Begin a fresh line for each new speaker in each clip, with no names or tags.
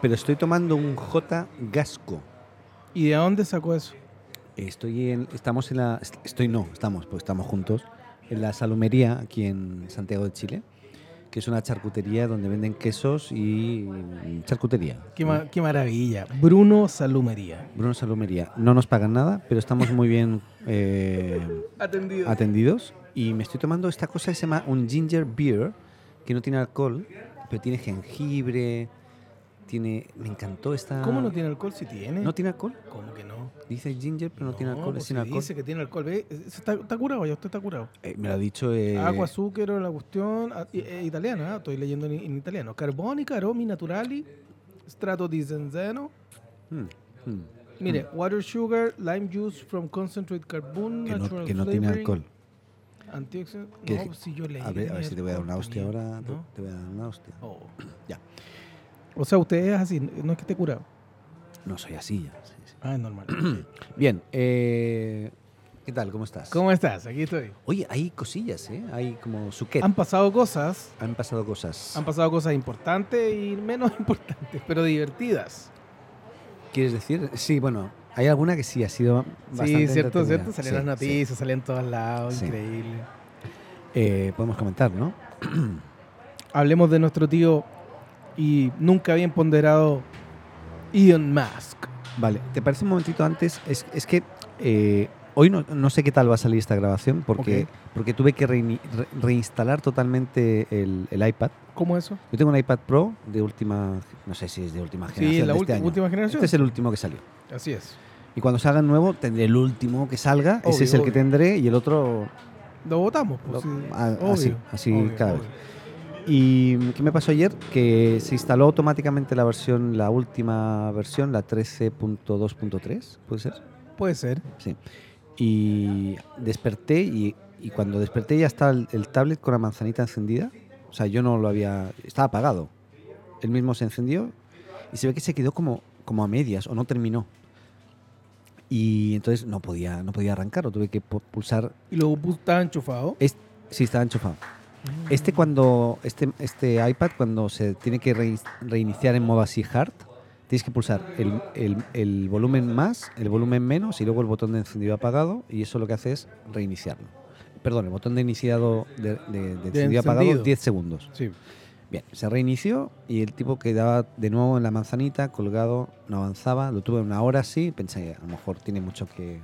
pero estoy tomando un J Gasco.
¿Y de dónde sacó eso?
Estoy en, estamos en la, estoy no, estamos, pues estamos juntos en la Salumería aquí en Santiago de Chile, que es una charcutería donde venden quesos y charcutería.
Qué, ma- qué maravilla. Bruno Salumería.
Bruno Salumería. No nos pagan nada, pero estamos muy bien eh,
Atendido.
atendidos y me estoy tomando esta cosa que se llama un ginger beer que no tiene alcohol, pero tiene jengibre, tiene, me encantó esta.
¿Cómo no tiene alcohol si tiene?
¿No tiene alcohol?
¿Cómo que no?
Dice ginger, pero no, tiene alcohol,
Eh. pues
es sin
si
alcohol.
Dice que tiene alcohol. Ve, eso Está, está curado ya, usted está curado.
Eh, me lo ha dicho. eh,
Agua, azúcar, la cuestión ah, i- eh, italiana. ah, Estoy leyendo en, en italiano. Carbónica, aromi naturali, strato di zenzeno.
mm, mm,
Mire, water sugar, lime juice from concentrate carbon,
que no,
natural
que no tiene
flavoring,
alcohol.
antioxidant-
Que-
No, pues si yo leí.
a ver,
que
a
tenía
ver si te voy a dar una
alcohol
hostia
también,
ahora. te-
¿no?
Te voy a dar una hostia.
Oh.
Ya.
O sea, usted es así, no es que esté curado.
No soy así ya. sí, sí.
Ah, es normal.
Bien, eh, ¿qué tal? ¿Cómo estás?
¿Cómo estás? Aquí estoy.
Oye, hay cosillas, ¿eh? Hay como suquet.
Han
Han,
pasado cosas,
pasado cosas.
han pasado cosas importantes y menos importantes, pero divertidas.
¿Quieres decir? Sí, bueno, hay alguna que sí ha sido bastante
sí, cierto,
entretenida.
cierto. Salían
Sí,
las noticias, salían en todos lados,
Sí.
increíble.
sí. Eh, podemos comentar, ¿no?
Hablemos de nuestro tío y nunca bien ponderado Elon Musk.
Vale, ¿te parece un momentito antes? Es, es que eh, hoy no, no sé qué tal va a salir esta grabación porque,
Ok.
porque tuve que reini- re- reinstalar totalmente el, el iPad.
¿Cómo eso?
Yo tengo un iPad Pro de última, no sé si es de última
Sí,
generación.
la
de
ulti-
este año.
última generación.
Este es el último que salió.
Así es.
Y cuando salga el nuevo, tendré el último que salga.
Obvio,
Ese es el
obvio.
que tendré y el otro.
Lo votamos,
Lo-
pues, sí.
a-
Obvio,
así, así
obvio,
cada vez.
obvio.
¿Y qué me pasó ayer? Que se instaló automáticamente la versión, la última versión, la 13.2.3, ¿puede ser?
Puede ser.
Y desperté y, y cuando desperté ya estaba el, el tablet con la manzanita encendida. O sea, yo no lo había... Estaba apagado. Él mismo se encendió y se ve que se quedó como, como a medias o no terminó. Y entonces no podía, no podía arrancarlo. Tuve que pu- pulsar...
Y luego pu- estaba enchufado.
Es, sí, estaba enchufado. Este cuando este, este iPad cuando se tiene que rein- reiniciar en modo así hard, tienes que pulsar el, el- el volumen más, el volumen menos y luego el botón de encendido apagado y eso lo que hace es reiniciarlo. Perdón, el botón de iniciado de, de- de encendido apagado
encendido.
10 segundos.
Sí.
Bien, se reinició y el tipo quedaba de nuevo en la manzanita, colgado, no avanzaba, lo tuve una hora así, pensé a lo mejor tiene mucho que,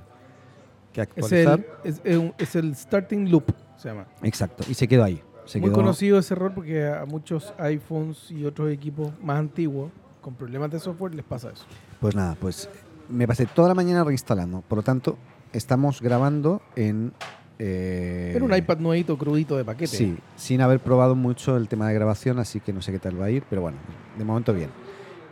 que
Es
actualizar.
el, es, es un- es el starting loop, se llama.
Exacto, y se quedó ahí. Se
Muy
quedó
conocido ese error porque a muchos iPhones y otros equipos más antiguos con problemas de software les pasa eso.
Pues nada, pues me pasé toda la mañana reinstalando. Por lo tanto, estamos grabando en. eh,
Era un iPad nuevito, crudito de paquete.
Sí, sin haber probado mucho el tema de grabación, así que no sé qué tal va a ir, pero bueno, de momento bien.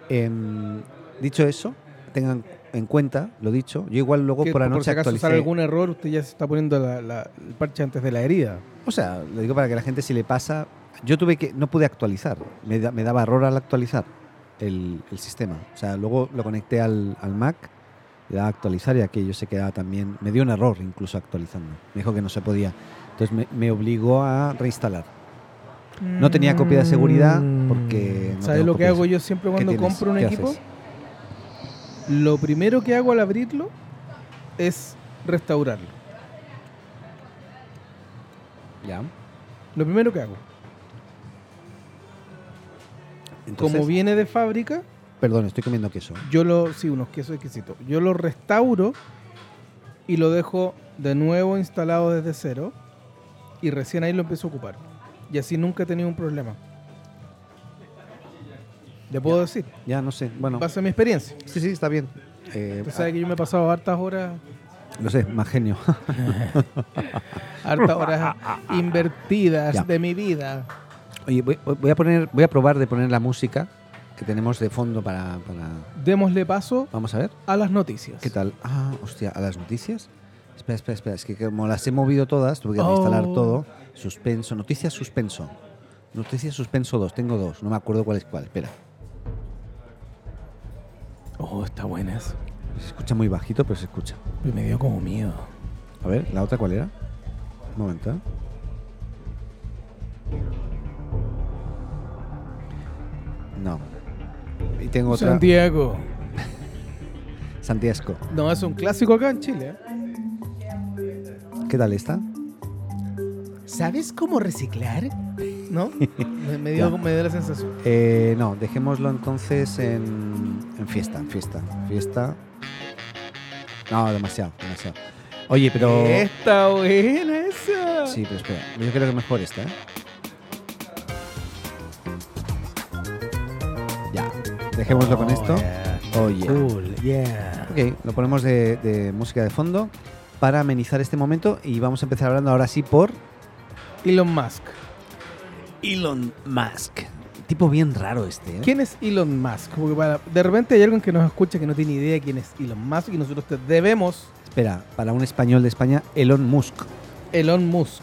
Em, dicho eso, tengan en cuenta lo dicho. Yo igual luego
Que
por la noche
si acaso
actualicé.
sale algún error, usted ya se está poniendo la- la- el parche antes de la herida.
O sea, lo digo para que la gente si le pasa. Yo tuve que. No pude actualizar. Me, da- me daba error al actualizar el, el sistema. O sea, luego lo conecté al, al Mac, le daba a actualizar y aquello se quedaba también. Me dio un error incluso actualizando. Me dijo que no se podía. Entonces me, me obligó a reinstalar. No tenía copia de seguridad porque no
¿Sabes
tengo
Mm. lo que
copia de
hago yo siempre
¿Qué
cuando
tienes?
compro un
¿Qué
equipo?
haces?
Lo primero que hago al abrirlo es restaurarlo.
Ya.
Lo primero que hago.
Entonces,
Como viene de fábrica,
Perdón, estoy comiendo queso.
Yo lo, sí, unos quesos exquisitos. Yo lo restauro y lo dejo de nuevo instalado desde cero y recién ahí lo empiezo a ocupar. Y así nunca he tenido un problema. Le puedo decir,
Ya, no sé. Bueno.
va a ser mi experiencia.
Sí, sí, está bien. Eh,
Usted sabe que yo me he pasado hartas horas,
ah, lo sé, más genio.
hartas
Ah,
horas invertidas
Ya.
de mi vida.
Oye, voy, voy a poner, voy a probar de poner la música que tenemos de fondo para, para-
Démosle paso
Vamos a ver.
a las noticias.
¿Qué tal? Ah, hostia, a las noticias. Espera, espera, espera. Es que como las he movido todas, tuve que
Oh.
instalar todo. Suspenso, noticias suspenso. Noticias suspenso 2, tengo dos. No me acuerdo cuál es cuál. Espera.
Oh, está buena eso.
Se escucha muy bajito, pero se escucha.
Pero Me dio como miedo.
A ver, ¿la otra cuál era? Un momento. ¿eh? No. Y tengo otra.
Santiago.
Santiesco.
No, es un clásico acá en Chile. ¿eh?
¿Qué tal esta?
¿Sabes cómo reciclar?
¿No? me, me dio,
Ya.
me dio la sensación.
Eh, no, dejémoslo entonces en, en fiesta, en fiesta, fiesta. No, demasiado, demasiado. Oye, pero...
Está buena esa.
Sí, pero espera. Yo creo que mejor esta, ¿eh? Ya, dejémoslo con esto. Oye.
Cool, yeah.
Ok, lo ponemos de, de música de fondo para amenizar este momento y vamos a empezar hablando ahora sí por
Elon Musk.
¿Eh? Elon Musk. Tipo bien raro este, ¿eh?
¿Quién es Elon Musk? Porque para- de repente hay alguien que nos escucha que no tiene idea de quién es Elon Musk y nosotros te debemos
Espera, para un español de España, Elon Musk.
Elon Musk.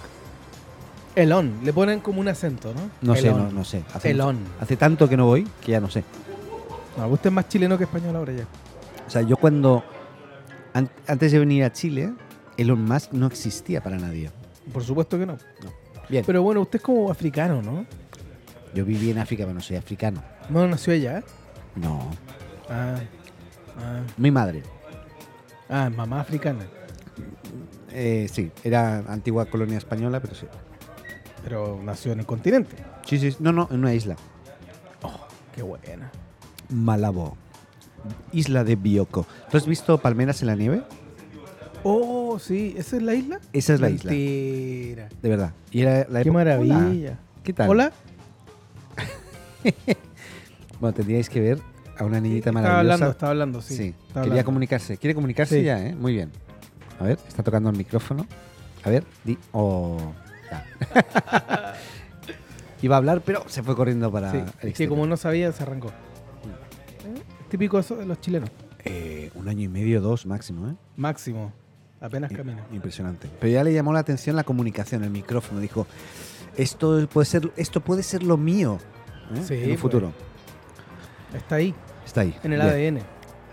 Elon, le ponen como un acento, ¿no?
No sé,
Elon.
no, no sé. Hace,
Elon.
hace tanto que no voy que ya no sé.
No, usted es más chileno que español ahora ya.
O sea, yo cuando. an- antes de venir a Chile, Elon Musk no existía para nadie.
Por supuesto que no.
Bien.
Pero bueno, usted es como africano, ¿no?
yo viví en África, pero no soy africano.
No nació allá.
No.
Ah, ah,
Mi madre.
ah, mamá africana.
eh, sí, era antigua colonia española, pero sí.
Pero nació en el continente.
Sí, sí. No, no, en una isla.
Oh, qué buena.
Malabo. Isla de Bioko. ¿Tú has visto palmeras en la nieve?
Oh, sí, ¿esa es la isla?
Esa es la isla.
Mentira.
De verdad. Y era la
Qué
época- Hola.
maravilla.
¿Qué tal?
Hola.
Bueno, tendríais que ver a una niñita
Estaba
maravillosa.
hablando, estaba hablando, sí.
Sí,
estaba
quería
hablando.
comunicarse. Quiere comunicarse
Sí.
ya, ¿eh? Muy bien. A ver, está tocando el micrófono. A ver, di. Oh, ya. Iba a hablar, pero se fue corriendo para.
Sí,
el
es que
exterior.
como no sabía, se arrancó. Eh,
Mm.
Típico eso de los chilenos.
Eh, un año y medio, dos máximo, ¿eh?
Máximo. Apenas camina.
Impresionante. Pero ya le llamó la atención la comunicación, el micrófono. Dijo: Esto puede ser, esto puede ser lo mío. ¿eh?
Sí,
en el
pues.
futuro.
Está ahí,
Está ahí.
en el
Bien,
ADN.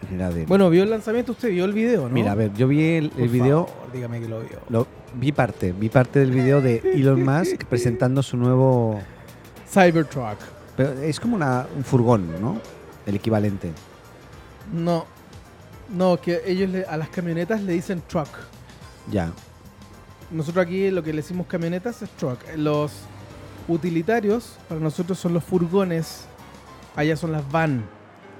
en el ADN.
Bueno, vio el lanzamiento, usted vio el video, ¿no?
Mira, a ver, yo vi el,
Por
el video
favor, dígame que lo vio.
Lo- vi parte, vi parte del video de Elon Musk presentando su nuevo...
Cybertruck.
Pero es como una- un furgón, ¿no? El equivalente.
No. No, que ellos le- a las camionetas le dicen truck.
Ya.
Nosotros aquí lo que le decimos camionetas es truck. Los utilitarios para nosotros son los furgones. Allá son las van.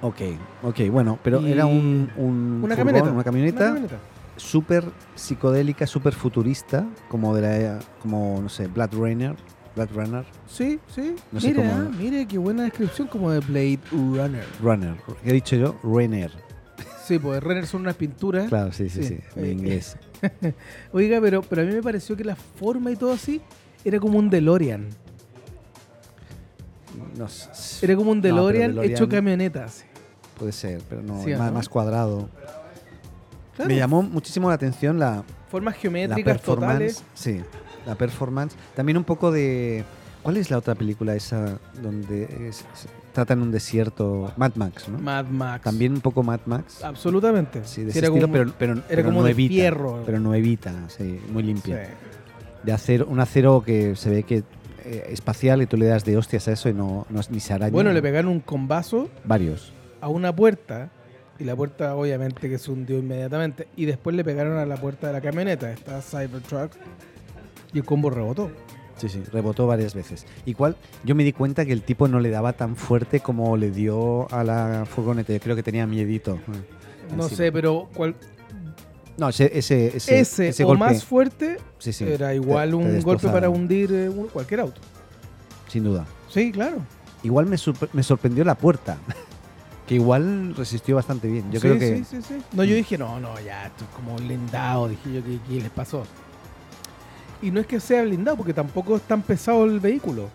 Ok, ok, bueno, pero
Y-
era un, un
Una
furgón,
camioneta.
una
Una
camioneta
camioneta.
súper psicodélica, súper futurista, como de la, como, no sé, Blade Runner, Blade Runner,
Sí, sí.
No sé
mire,
cómo-
ah, mire, qué buena descripción como de Blade Runner.
Runner, ¿qué he dicho yo? Runner,
Sí, pues Runner son unas pinturas.
claro, sí, sí, sí,
Sí.
en
Eh,
inglés.
Oiga, pero, pero a mí me pareció que la forma y todo así era como un DeLorean.
No sé,
Era como un
No, pero
DeLorean,
DeLorean-
hecho camioneta. así.
puede ser, pero no,
Sí,
más,
¿no?
más cuadrado.
Claro,
Me llamó muchísimo la atención la,
formas
la
geométricas
performance,
totales.
sí, la performance. También un poco de ¿cuál es la otra película esa donde es- se trata en un desierto? Mad Max, ¿no?
Mad Max.
También un poco Mad Max.
Absolutamente.
Sí, de
Sí,
ese
era
estilo,
como-
pero, pero, pero
como
no
de
evita,
fierro.
pero no evita, sí, muy
Sí.
limpia. De acero, un acero que se ve que eh, espacial y tú le das de hostias a eso y no, no es- ni se araña.
Bueno, le pegaron un combazo
varios.
a una puerta. Y la puerta, obviamente, que se hundió inmediatamente. Y después le pegaron a la puerta de la camioneta, esta Cybertruck. Y el combo rebotó.
Sí, sí, rebotó varias veces. Igual yo me di cuenta que el tipo no le daba tan fuerte como le dio a la furgoneta. Yo creo que tenía miedito.
No
Encima.
sé, pero cual-
No, ese, ese, ese,
ese,
ese
o
golpe.
más fuerte
sí, sí,
era
te-
igual
te
un golpe
destrozaba,
para hundir eh, un- cualquier auto.
Sin duda.
Sí, claro.
Igual me, sorpre- me sorprendió la puerta, que igual resistió bastante bien. Yo
Sí,
creo que. mm.
sí, sí, sí. No, yo dije, no, no, ya, esto es como blindado. Dije yo, ¿qué, qué les pasó? Y no es que sea blindado, porque tampoco es tan pesado el vehículo.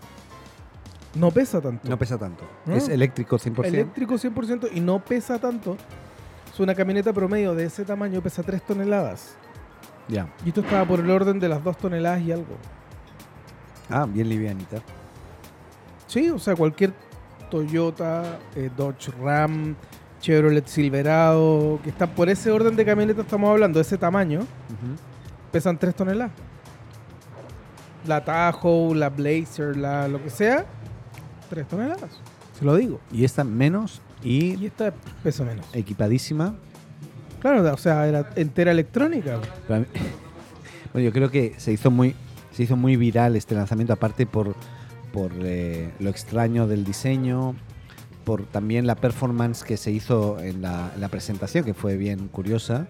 No pesa tanto.
No pesa tanto.
Ah.
Es eléctrico 100%.
Eléctrico 100% y no pesa tanto. Es una camioneta promedio de ese tamaño, pesa 3 toneladas.
ya.
Y esto estaba por el orden de las 2 toneladas y algo.
Ah, bien livianita.
Sí, o sea, cualquier Toyota, eh, Dodge Ram, Chevrolet Silverado, que están por ese orden de camioneta estamos hablando, de ese tamaño,
Ujú.
pesan 3 toneladas. La Tahoe, la Blazer, la lo que sea, 3 toneladas. Se lo digo.
Y esta menos y
Y esta pesa menos.
equipadísima.
Claro, o sea, era entera electrónica.
Pero a mí- bueno, yo creo que se hizo muy, se hizo muy viral este lanzamiento, aparte por, por eh, lo extraño del diseño, por también la performance que se hizo en la, en la presentación, que fue bien curiosa.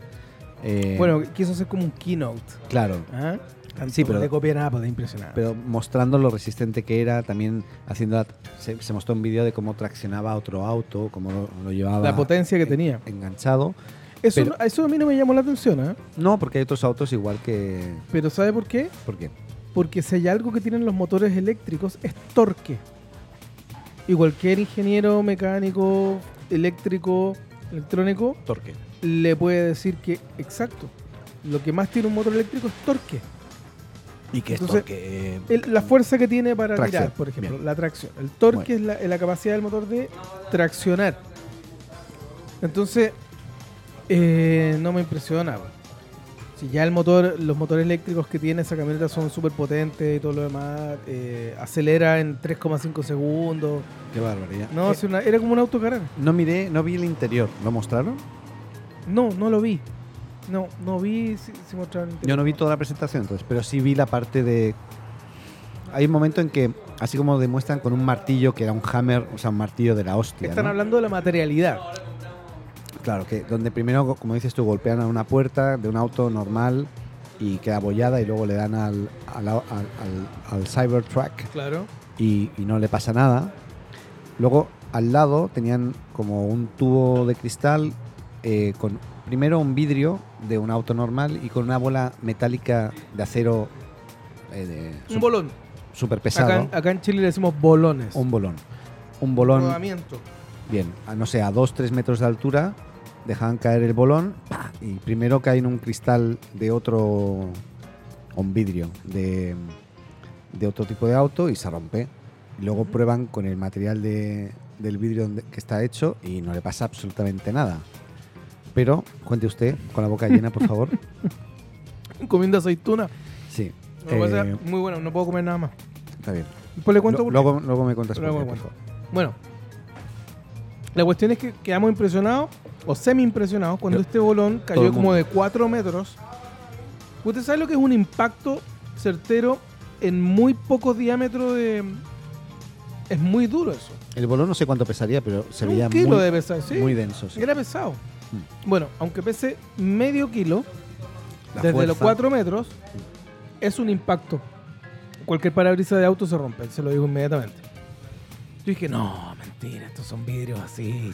Eh,
Bueno, quiso hacer como un keynote.
claro.
¿ah?
Tanto
Sí, pero-
no le copia nada, pues, de impresionante.
Pero mostrando lo resistente que era, también haciendo se, se mostró un video de cómo traccionaba otro auto, cómo lo, lo llevaba
La potencia que tenía.
enganchado.
Eso,
eh, pero-
no- eso a mí no me llamó la atención, ¿ah?
No, porque hay otros autos igual que.
Pero ¿sabe por qué?
¿Por qué?
Porque si hay algo que tienen los motores eléctricos es torque. Y cualquier ingeniero mecánico, eléctrico, electrónico,
Torque.
le puede decir que, exacto, lo que más tiene un motor eléctrico es torque.
¿Y qué
es Entonces,
torque?
El- la fuerza que tiene para
Tracción.
tirar, por ejemplo,
Bien.
la tracción. El
Bueno.
torque es, la, es la capacidad del motor de traccionar. Entonces, eh, no me impresiona. po. Si ya el motor, los motores eléctricos que tiene esa camioneta son súper potentes y todo lo demás, eh, acelera en 3,5 segundos.
Qué barbaridad.
No,
Eh,
si una- era como una autocarrera.
No miré, no vi el interior. ¿Lo mostraron?
No, no lo vi. No, no vi si, si mostraron el
Yo no vi
teléfono.
toda la presentación entonces, pero sí vi la parte de... Hay un momento en que, así como demuestran con un martillo que era un hammer, o sea, un martillo de la hostia.
Están
¿no?
hablando de la materialidad.
Claro, que donde primero, go- como dices tú, golpean a una puerta de un auto normal y queda abollada y luego le dan al, al, au- al, al- al Cybertruck
Claro.
y, y no le pasa nada. Luego al lado tenían como un tubo de cristal eh, con primero un vidrio de un auto normal y con una bola metálica de acero eh, de- sup-
Un bolón.
súper
Acá,
pesado.
en- acá en Chile le decimos bolones.
Un bolón. Un bolón,
Rodamiento.
bien, a, no sé, a 2-3 metros de altura, dejaban caer el bolón ¡pa! y primero cae en un cristal de otro, o un vidrio de, de otro tipo de auto y se rompe. Y Luego prueban con el material de- del vidrio donde- que está hecho y no le pasa absolutamente nada. Pero cuente usted con la boca llena, por favor.
Comiendo aceituna.
Sí.
Me parece
eh,
muy bueno, no puedo comer nada más.
está bien.
Después le pues, cuento
Lo-
por
luego, luego me contas
qué.
por
Luego
qué,
le
por
cuento.
favor.
Bueno, la cuestión es que quedamos impresionados o semi impresionados cuando
Pero-
este bolón
todo
cayó
el
como
mundo.
de 4 metros. ¿Usted sabe lo que es un impacto certero en muy poco diámetro de... Es muy duro eso.
El bolón no sé cuánto pesaría, pero se
un
veía
kilo
muy,
de pesar, sí.
muy denso. sí. Mm.
Era pesado. Bueno, aunque pese medio kilo,
La
desde los
fuerza-
4 metros es un impacto. Cualquier parabrisas de auto se rompe, se lo digo inmediatamente. Yo dije, no, mentira, estos son vidrios así.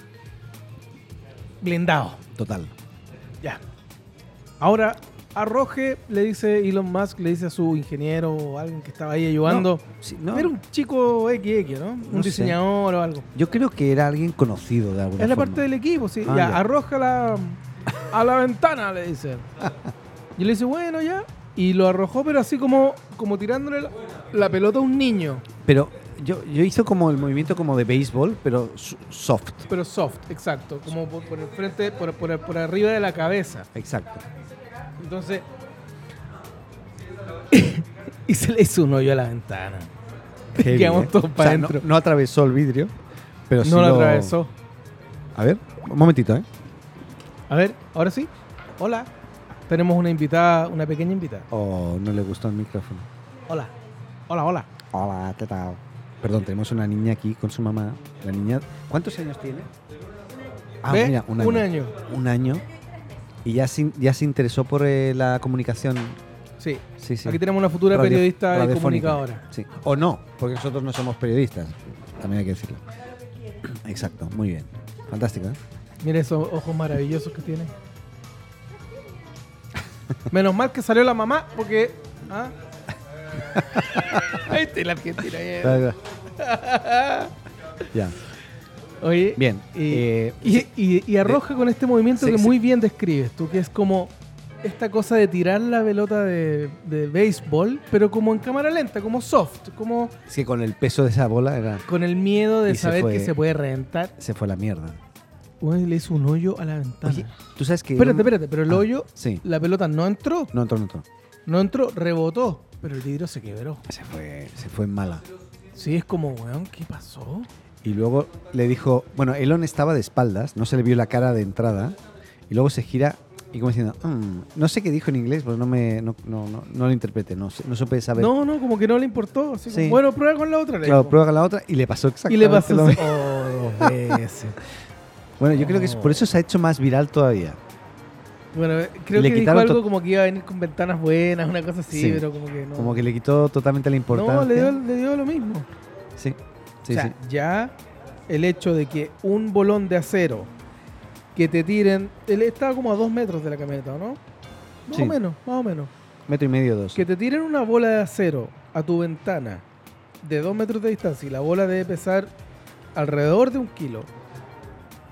Blindados,
Total.
ya. Ahora, arroje, le dice Elon Musk, le dice a su ingeniero o alguien que estaba ahí ayudando.
Sí, no.
Era un chico XX, ¿no? Un
No sé.
diseñador o algo.
Yo creo que era alguien conocido de alguna
Es la
forma.
parte del equipo, sí.
Ah,
ya,
ya.
arrójala a la ventana, le dice. Y le dice, bueno, ya. Y lo arrojó, pero así como, como tirándole la, la pelota a un niño,
Pero yo, yo hizo como el movimiento como de béisbol, pero su- soft.
pero soft, exacto. Como por, por el frente, por, por- por arriba de la cabeza.
Exacto.
Entonces. y se le hizo un hoyo a la ventana.
Heavy,
Quedamos
¿eh?
todos
O sea,
para
no,
adentro.
no atravesó el vidrio, pero sí
No lo
lo-
atravesó.
A ver, un momentito, ¿eh?
A ver, ahora sí. Hola. Tenemos una invitada, una pequeña invitada.
Oh, no le gustó el micrófono.
Hola. Hola, hola.
Hola, ¿qué tal? Perdón, tenemos una niña aquí con su mamá. La niña, ¿cuántos años tiene? Ah,
¿Ve?
mira, un año.
Un año.
Un año. Y ya se, ya se interesó por eh, la comunicación.
Sí.
Sí, sí.
Aquí tenemos una futura
Radio-
periodista y
radiofónica.
comunicadora.
Sí. O no, porque nosotros no somos periodistas. También hay que decirlo. Exacto, muy bien. Fantástico, ¿eh?
Mira esos ojos maravillosos que tiene. Menos mal que salió la mamá, porque. ¿ah? Ahí está la Argentina. ya.
Ya, ya.
Oye,
Bien.
Y,
eh,
y, y- y arroja con este movimiento
sí,
que
sí.
muy bien describes tú, que es como esta cosa de tirar la pelota de, de béisbol, pero como en cámara lenta, como soft, como
es que con el peso de esa bola era,
con el miedo de
Y se
saber
fue.
que se puede reventar.
se fue a la mierda.
Uy, le hizo un hoyo a la ventana.
Oye, tú sabes que.
espérate, espérate, pero el
Ah,
hoyo,
Sí.
la pelota no entró,
No entró, no entró.
no entró, rebotó, pero el vidrio se quebró.
Se fue, se fue en mala.
Sí, es como, weón, ¿qué pasó?
Y luego le dijo, bueno, Elon estaba de espaldas, no se le vio la cara de entrada, y luego se gira y como diciendo, "Mm", no sé qué dijo en inglés, pues no me no, no, no, no lo interprete, no, sé- no supe saber.
No, no, como que no le importó. Así como,
Sí.
bueno, prueba con la otra. le
claro,
dijo.
prueba con la otra y le pasó exactamente
y le pasó
lo mismo.
oh, dos veces.
Bueno, yo creo que es, por eso se ha hecho más viral todavía.
Bueno, eh, creo
Le
que dijo
quitaron
algo
to-
como que iba a venir con ventanas buenas, una cosa así,
Sí.
pero como que no.
Como que le quitó totalmente la importancia.
no, le dio, le dio lo mismo.
Sí, sí,
o sea,
sí.
ya el hecho de que un bolón de acero que te tiren. Él estaba como a dos metros de la camioneta, ¿o ¿no? Más
Sí.
o menos, más o menos.
Metro y medio, dos.
Que te tiren una bola de acero a tu ventana de dos metros de distancia y la bola debe pesar alrededor de un kilo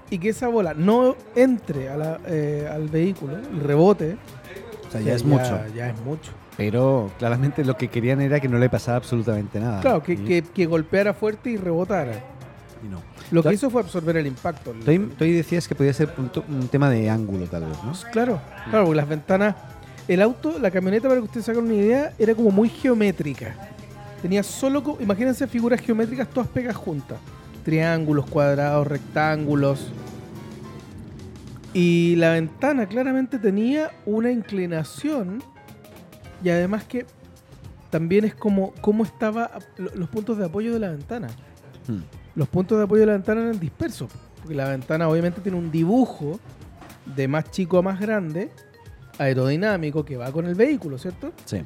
y que esa bola no entre a la- eh, al vehículo y rebote,
O sea, ya es mucho.
Ya es mucho.
Pero claramente lo que querían era que no le pasara absolutamente nada.
Claro, que,
Y-
que- que golpeara fuerte y rebotara.
y no.
Lo que
Claro.
hizo fue absorber el impacto. El-
Toy, Toy decías que podía ser un, to- un tema de ángulo, tal vez, ¿no?
Claro, claro, porque las ventanas. El auto, la camioneta, para que ustedes se hagan una idea, era como muy geométrica. Tenía solo, co- imagínense figuras geométricas todas pegas juntas. Triángulos, cuadrados, rectángulos. Y la ventana claramente tenía una inclinación. Y además que también es como cómo estaba lo- los puntos de apoyo de la ventana.
Hmm.
los puntos de apoyo de la ventana eran dispersos. Porque la ventana obviamente tiene un dibujo de más chico a más grande, aerodinámico, que va con el vehículo, ¿cierto?
Sí.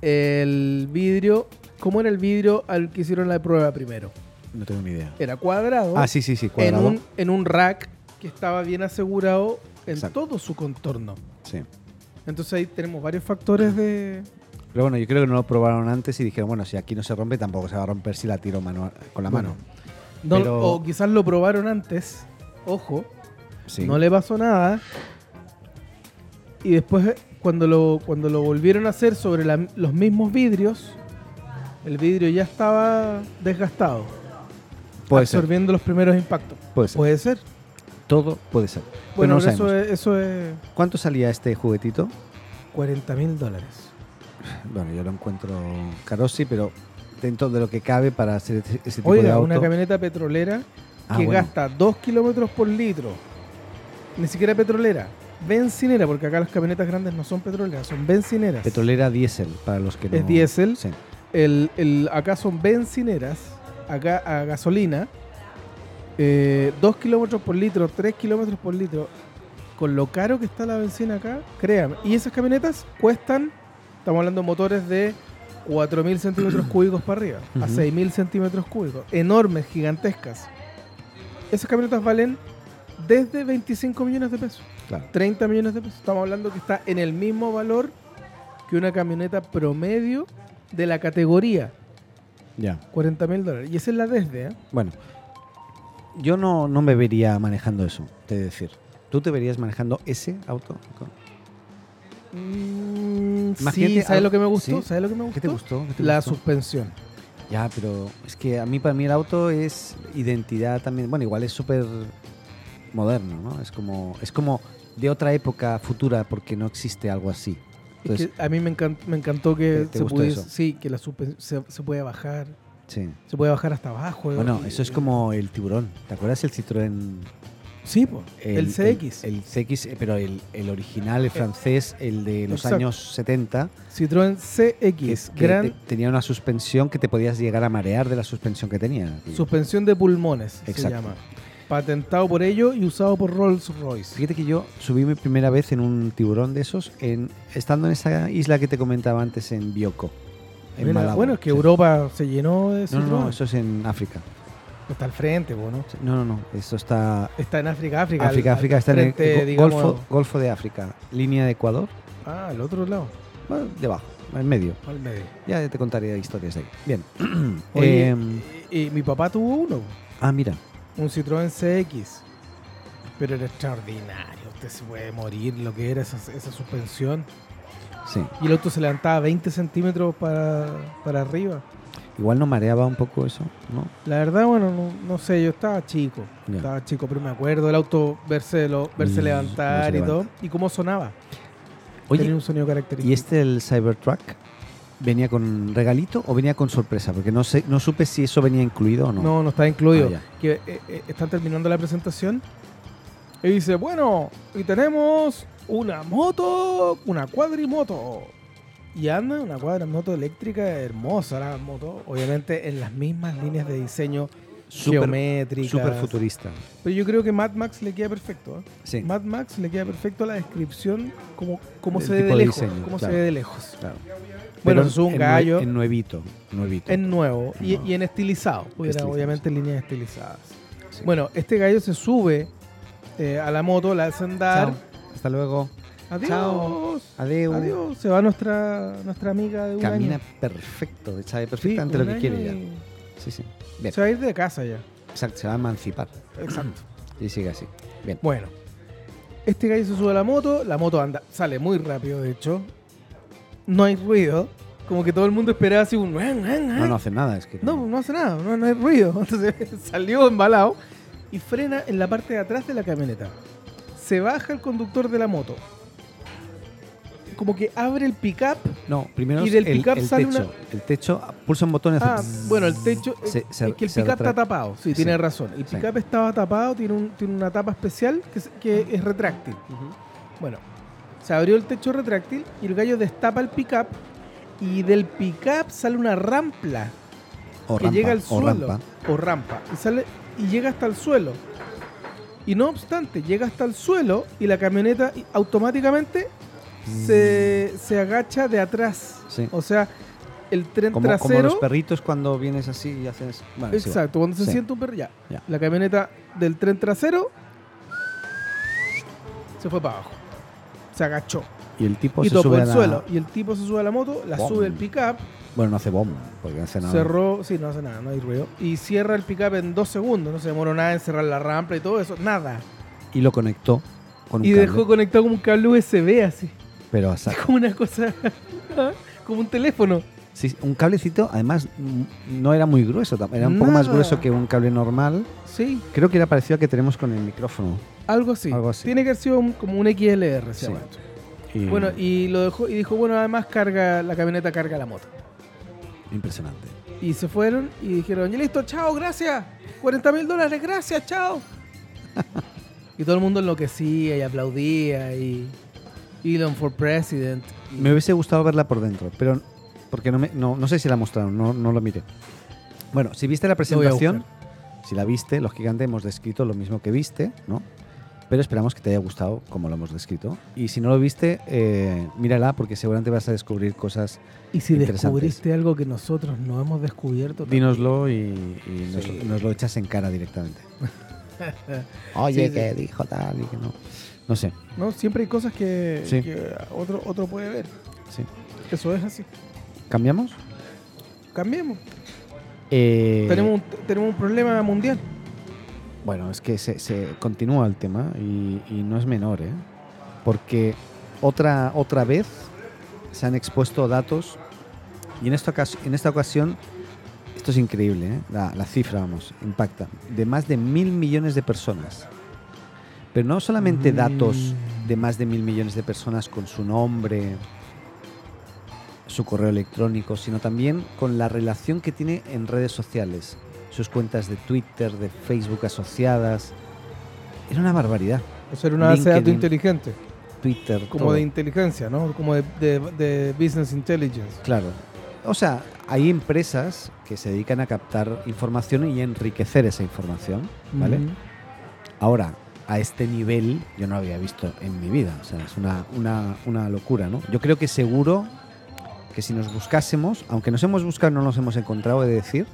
El vidrio, ¿cómo era el vidrio al que hicieron la prueba primero?
No tengo ni idea.
Era cuadrado,
Ah, sí, sí, sí,
en,
cuadrado.
un, en un rack que estaba bien asegurado en
Exacto.
todo su contorno.
Sí.
Entonces ahí tenemos varios factores de...
Pero bueno, yo creo que no lo probaron antes y dijeron, bueno, si aquí no se rompe, tampoco se va a romper si la tiro manual- con la mano.
No-
Pero-
O quizás lo probaron antes, ojo,
Sí.
No le pasó nada. Y después, eh, cuando lo, cuando lo volvieron a hacer sobre la- los mismos vidrios, el vidrio ya estaba desgastado,
puede, ser,
absorbiendo los primeros impactos.
puede ser.
Puede ser.
Todo puede ser. Pero
Bueno,
no lo
pero eso
sabemos.
es, eso es
¿Cuánto salía este juguetito?
40 mil dólares.
¿Este Bueno, yo lo encuentro caro, sí, pero dentro de lo que cabe para hacer ese ese tipo de
Oiga,
auto.
una camioneta petrolera
Ah,
que
bueno.
gasta 2 kilómetros por litro. Ni siquiera petrolera. Bencinera, porque acá las camionetas grandes no son petroleras, son bencineras.
Petrolera diésel, para los que no...
Es diésel.
Sí.
El, el- acá son bencineras, acá a gasolina, 2 kilómetros por litro, 3 kilómetros por litro. Con lo caro que está la bencina acá, créame. Y esas camionetas cuestan, estamos hablando de motores de 4.000 centímetros cúbicos para arriba, a
Ujú.
6.000 centímetros cúbicos, enormes, gigantescas. Esas camionetas valen desde 25 millones de pesos.
Claro.
30 millones de pesos. Estamos hablando que está en el mismo valor que una camioneta promedio de la categoría.
Ya.
40 mil dólares. Y esa es la desde, ¿eh?
Bueno, yo no, no me vería manejando eso, te he de decir. ¿Tú te verías manejando ese auto?
sí,
Mm, Imagínate
¿sabes
algo-
lo que me gustó?
¿Sí?
¿Sabes lo que me gustó?
¿Qué te gustó? ¿Qué te
La
gustó?
suspensión.
Ya, pero es que a mí para mí el auto es identidad también. Bueno, igual es súper moderno, ¿no? Es como es como de otra época futura porque no existe algo así.
Es que
Entonces,
a mí me, encant- me encantó que
¿Te- te
se
gustó
pudiese-
eso?
sí, que la suspen- se, se puede bajar,
sí.
se puede bajar hasta abajo.
Bueno, eso es como el tiburón. ¿Te acuerdas el Citroën?
sí, po, el, CX,
El, Eh, CX, eh, pero el, el original, el francés, el de los
Exacto.
años 70,
Citroën
que,
CX,
que
gran
te- tenía una suspensión que te podías llegar a marear de la suspensión que tenía.
Suspensión de pulmones se
Exacto.
llama. Patentado por ello y usado por Rolls Royce.
Fíjate que yo subí mi primera vez en un tiburón de esos, en, estando en esa isla que te comentaba antes, en Bioko, en
Mira,
Malabo.
bueno, es que
Sí.
Europa se llenó de
No,
Citroën.
no, no, eso es en África.
Está al frente, po, ¿no?
Sí, No, no, no, eso está...
Está en África, África. al-
África,
al
África, está en el
frente,
go-
digamos,
Golfo, Golfo de África, línea de Ecuador,
Ah, al otro lado.
bueno, debajo. en medio.
Al medio.
Ya te contaré historias de ahí. Bien.
Oye,
Em,
y, y mi papá tuvo uno,
ah, mira.
un Citroën CX. Pero era extraordinario. Usted se puede morir lo que era esa, esa suspensión.
Sí.
Y el auto se levantaba 20 centímetros para, para arriba.
Igual no mareaba un poco eso, ¿no?
La verdad, bueno, no, no sé, yo estaba chico.
Ya.
Estaba chico, pero me acuerdo el auto verse, lo, verse
Mm,
levantar
verse
y todo.
levanta.
Y cómo sonaba. Tenía
Oye,
un sonido característico.
¿y este, el Cybertruck, venía con regalito o venía con sorpresa? Porque no, sé, no supe si eso venía incluido o no.
No, no está incluido.
Ah,
que eh, eh, están terminando la presentación y dice, bueno, y tenemos una moto, una cuadrimoto. Y anda una cuadrimoto eléctrica hermosa la moto, obviamente en las mismas líneas de diseño
Súper
geométricas.
súper futurista.
Pero yo creo que Mad Max le queda perfecto. ¿eh?
Sí,
Mad Max le queda perfecto la descripción como, como
El
se ve de
tipo de
lejos.
diseño,
como
claro.
se ve de lejos.
claro.
Bueno,
Pero
es un
en nue-
gallo
En nuevito, nuevito.
en nuevo y,
No.
y en estilizado. Hubiera
Estilizado,
obviamente líneas estilizadas.
Sí.
Bueno, este gallo se sube eh, a la moto, la hace andar.
Chao. Hasta luego.
Adiós.
Chao. Adeu.
Adiós. Se va nuestra, nuestra amiga de un
Camina
año.
perfecto, sabe
Sí,
perfectamente
un
lo que
año
quiere ya.
y
Sí, sí. Bien.
Se va a ir de casa ya.
Exacto, se va a emancipar.
Exacto.
Y sigue así. Bien.
bueno. Este gallo se sube a la moto, la moto anda, sale muy rápido de hecho. No hay ruido. Como que todo el mundo esperaba así un...
No, no hace nada, es que.
No, no hace nada, no, no hay ruido. Entonces salió embalado y frena en la parte de atrás de la camioneta. Se baja el conductor de la moto. Como que abre el pickup.
No, primero
Y del
el,
pickup
el
sale
techo. El techo, pulsa un botón y hace
Ah,
bzzz.
bueno, el techo. eh,
Se- se-
es que el
se
pickup
retrae.
está tapado. Sí,
Sí.
tiene razón. El
Sí.
pickup estaba tapado, tiene, un- tiene una tapa especial que, se- que es retráctil.
Ujú.
Bueno, se abrió el techo retráctil y el gallo destapa el pickup. Y del pickup sale una rampla.
O
que
rampa,
llega al
o
suelo
rampa.
o rampa y sale y llega hasta el suelo. Y no obstante, llega hasta el suelo y la camioneta i- automáticamente se, se agacha de atrás.
Mm. Sí.
O sea, el tren
Como, como los
trasero.
perritos cuando vienes así y haces. Bueno, sí, va.
exacto, cuando se
Sí.
siente un perro ya.
Ya.
La camioneta del tren trasero se fue para abajo. Se agachó
Y el tipo Pues
y
se
tocó
sube
el
a la...
suelo. Y el tipo se sube a la moto, la
Bom.
sube el pickup,
Bueno, no hace bomba, porque no hace nada.
Cerró, sí, no hace nada, no hay ruido. Y cierra el pickup en dos segundos, no se demoró nada en cerrar la rampa y todo eso, nada.
Y lo conectó con un
Y
cable,
dejó conectado como un cable USB así,
Pero hasta-
como una cosa, como un teléfono.
sí, un cablecito, además, mm, no era muy grueso. tam- Era un poco más
Nada.
grueso que un cable normal.
Sí,
Creo que era parecido al que tenemos con el micrófono.
algo así.
Algo así.
Tiene que haber sido un- como un XLR,
Sí.
se llama esto.
Y-
Bueno, y lo dejó y dijo, bueno, además carga la camioneta carga la moto.
Impresionante.
Y se fueron y dijeron, ya listo, chao, gracias. 40 mil dólares, gracias, chao. y todo el mundo enloquecía y aplaudía y Elon for President. Y-
Me hubiese gustado verla por dentro, pero porque no, me- no, no sé si la mostraron, no, no lo miré. Bueno, si viste la
voy a
presentación, si la viste, lógicamente hemos descrito lo mismo que viste, ¿no? Pero esperamos que te haya gustado como lo hemos descrito. Y si no lo viste, eh, mírala porque seguramente vas a descubrir cosas.
Y si
Interesantes.
descubriste algo que nosotros no hemos descubierto,
Dínoslo y, y nos, lo- nos lo echas en cara directamente. Oye,
Sí, sí.
que dijo tal y que no. No sé,
no, siempre hay cosas que,
Sí.
que otro, otro puede ver.
sí.
Eso es así.
¿Cambiamos?
Cambiemos.
Eh,
tenemos, un, tenemos un problema mundial.
Bueno, es que se, se continúa el tema y, y no es menor, ¿eh? Porque otra, otra vez se han expuesto datos y en esta, ocas- en esta ocasión, esto es increíble, ¿eh? la, la cifra, vamos, impacta, de más de mil millones de personas. Pero no solamente
Mm.
datos de más de mil millones de personas con su nombre, su correo electrónico, sino también con la relación que tiene en redes sociales, sus cuentas de Twitter, de Facebook asociadas. Era una barbaridad.
O sea, era una base de datos
LinkedIn.
inteligente,
Twitter,
como
todo.
de inteligencia, ¿no? Como de, de- de business intelligence.
Claro. O sea, hay empresas que se dedican a captar información y a enriquecer esa información, ¿vale?
Ujú.
Ahora, a este nivel yo no lo había visto en mi vida. O sea, es una, una, una locura, ¿no? Yo creo que seguro que si nos buscásemos, aunque nos hemos buscado, no nos hemos encontrado, he de decir.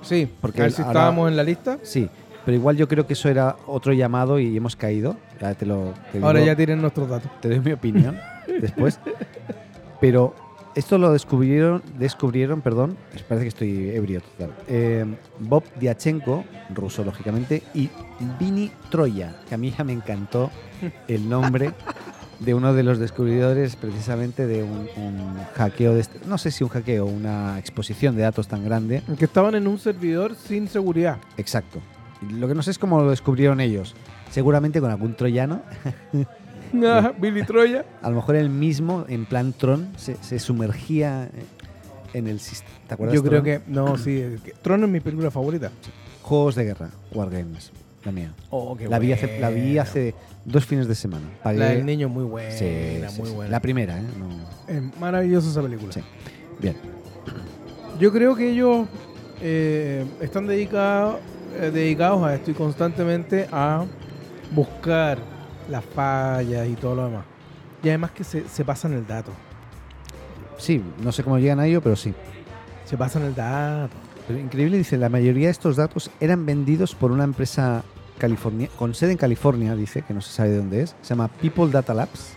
Sí,
Porque
porque a ver si
ahora-
estábamos en la lista.
Sí, pero igual yo creo que eso era otro llamado y hemos caído. Ya te lo te
Ahora
digo-
ya tienen nuestros datos.
te doy mi opinión después. Pero Esto lo descubrieron, descubrieron, perdón, parece que estoy ebrio total. eh, Bob Diachenko, ruso lógicamente, y Vini Troya, que a mí ya me encantó el nombre de uno de los descubridores precisamente de un, un hackeo, de este- no sé si un hackeo, una exposición de datos tan grande.
Que estaban en un servidor sin seguridad.
Exacto. Lo que no sé es cómo lo descubrieron ellos. Seguramente con algún troyano
Ah, Billy Troya.
A lo mejor él mismo, en plan Tron, se, se sumergía eh, en el sistema. ¿Te acuerdas?
Yo creo
Tron?
que. No, sí. es que Tron es mi película favorita.
Juegos de guerra, Wargames, la mía.
Oh, qué
La vi, hace, la vi
buena.
hace dos fines de semana. Pagué-
La del niño es muy buena.
Sí, sí,
muy
sí.
buena.
La primera, ¿eh? No-
Es maravillosa esa película.
Sí. Bien.
Yo creo que ellos eh, están dedicados eh, dedicados a esto y constantemente a buscar las fallas y todo lo demás. Y además que se, se pasan el dato.
Sí, no sé cómo llegan a ello, pero sí.
Se pasan el dato.
Pero increíble, dice, la mayoría de estos datos eran vendidos por una empresa california, con sede en California, dice, que no se sabe de dónde es, se llama People Data Labs,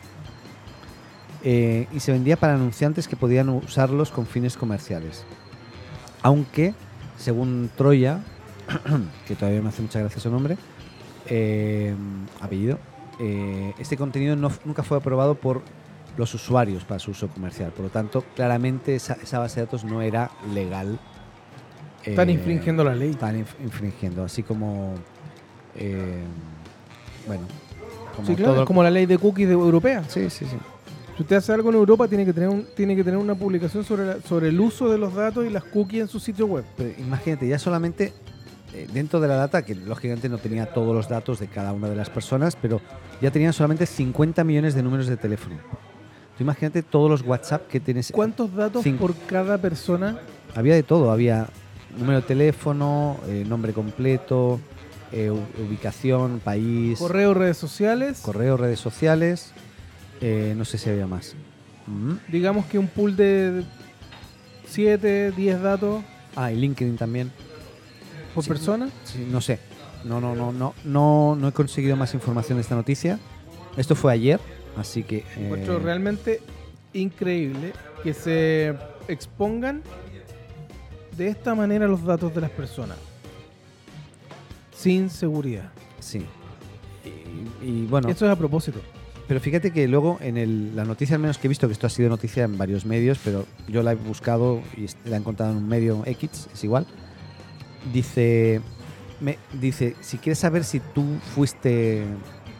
eh, y se vendía para anunciantes que podían usarlos con fines comerciales. Aunque, según Troya, que todavía me hace mucha gracia su nombre, eh, apellido, eh, este contenido no- nunca fue aprobado por los usuarios para su uso comercial. Por lo tanto, claramente esa, esa base de datos no era legal.
Están
Eh,
infringiendo la ley.
Están inf- infringiendo, así como... eh, bueno, como
Sí, claro,
todo-
es como la ley de cookies de europea.
Sí, sí, sí.
Si usted hace algo en Europa, tiene que tener, un- tiene que tener una publicación sobre, la- sobre el uso de los datos y las cookies en su sitio web.
Pero imagínate, ya solamente eh, dentro de la data, que lógicamente no tenía todos los datos de cada una de las personas, pero ya tenían solamente 50 millones de números de teléfono. Tú imagínate todos los WhatsApp que tienes.
¿Cuántos datos
Cinco.
por cada persona?
Había de todo, había número de teléfono, eh, nombre completo, eh, u- ubicación, país,
Correo, redes sociales.
correo, redes sociales, eh, no sé si había más. Mm.
Digamos que un pool de 7, 10 datos
Ah, y LinkedIn también.
por
Sí. Eh.
persona.
Sí, no sé. No, no, no, no, no, no he conseguido más información de esta noticia. Esto fue ayer, así que. eh,
Encuentro realmente increíble que se expongan de esta manera los datos de las personas. Sin seguridad.
sí. Y, y bueno,
Eso es a propósito.
pero fíjate que luego en el- la noticia, al menos que he visto, que esto ha sido noticia en varios medios, pero yo la he buscado y es- la he encontrado en un medio X, es igual. Dice, me, dice, si quieres saber si tú fuiste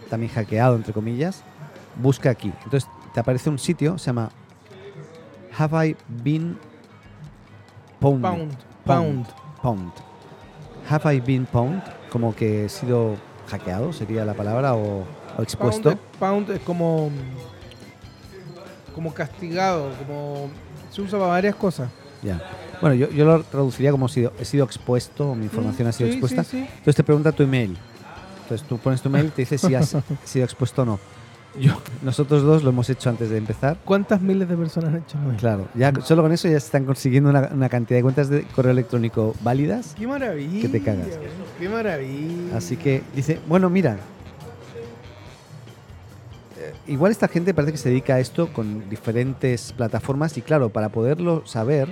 también hackeado, entre comillas, busca aquí. Entonces te aparece un sitio, se llama Have I Been Pwned?
Pound. Pound.
Pwned. Have I Been Pwned? Como que he sido hackeado, sería la palabra, o, o
Pound,
expuesto.
es- pound es como. Como castigado. Como. Se usa para varias cosas.
Ya. Bueno, yo, yo lo traduciría como sido, he sido expuesto, o mi información ha sido
Mm, Sí, sí,
expuesta.
sí.
Entonces te pregunta tu email. Entonces tú pones tu email y te dice si has sido expuesto o no. Yo, nosotros dos lo hemos hecho antes de empezar.
¿Cuántas miles de personas han hecho lo mismo?
Claro, ya solo con eso ya se están consiguiendo una, una cantidad de cuentas de correo electrónico válidas.
Qué maravilla.
Que te cagas.
güey. Qué maravilla.
Así que dice, bueno, mira. eh, Igual esta gente parece que se dedica a esto con diferentes plataformas y claro, para poderlo saber,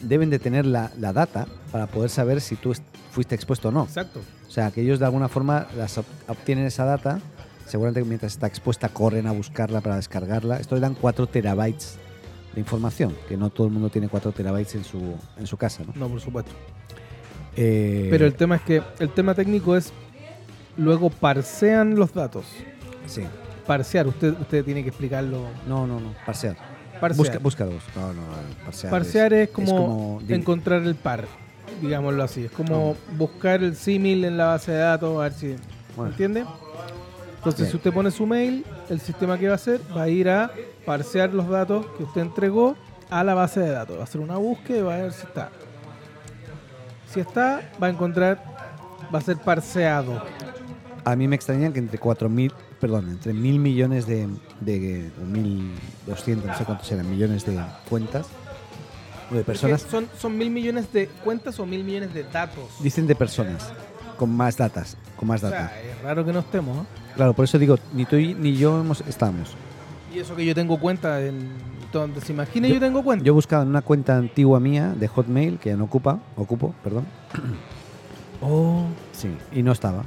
deben de tener la, la data para poder saber si tú est- fuiste expuesto o no.
Exacto.
O sea, que ellos de alguna forma las ob- obtienen esa data, seguramente que mientras está expuesta corren a buscarla para descargarla. Esto eran 4 terabytes de información, que no todo el mundo tiene 4 terabytes en su, en su casa, ¿no?
No, por supuesto.
Eh,
Pero el tema es que el tema técnico es luego parsean los datos.
Sí.
Parsear, usted usted tiene que explicarlo.
No, no, no, parsear.
Parsear.
Busca, busca dos. No, no, no, parsear.
parsear es, como,
di-
encontrar el par, digámoslo así. Es como buscar el símil en la base de datos, a ver si
bueno,
¿Entiende? Entonces,
Bien.
si usted pone su mail, el sistema que va a hacer va a ir a parsear los datos que usted entregó a la base de datos. Va a hacer una búsqueda y va a ver si está. Si está, va a encontrar, va a ser parseado.
A mí me extraña que entre 4.000, perdón, entre mil millones de, de o 1.200, no sé cuántos eran, millones de cuentas o de personas,
Porque Son, son mil millones de cuentas o mil millones de datos.
dicen de personas, con más datas, con más
O
datas.
sea, es raro que no estemos. ¿eh?
Claro, por eso digo, ni tú ni yo hemos, estamos.
Y eso que yo tengo cuenta en Entonces, imagina, yo, tengo cuenta.
Yo buscaba en una cuenta antigua mía de Hotmail, que ya no ocupa, ocupo, perdón.
Oh,
Sí, y no estaba.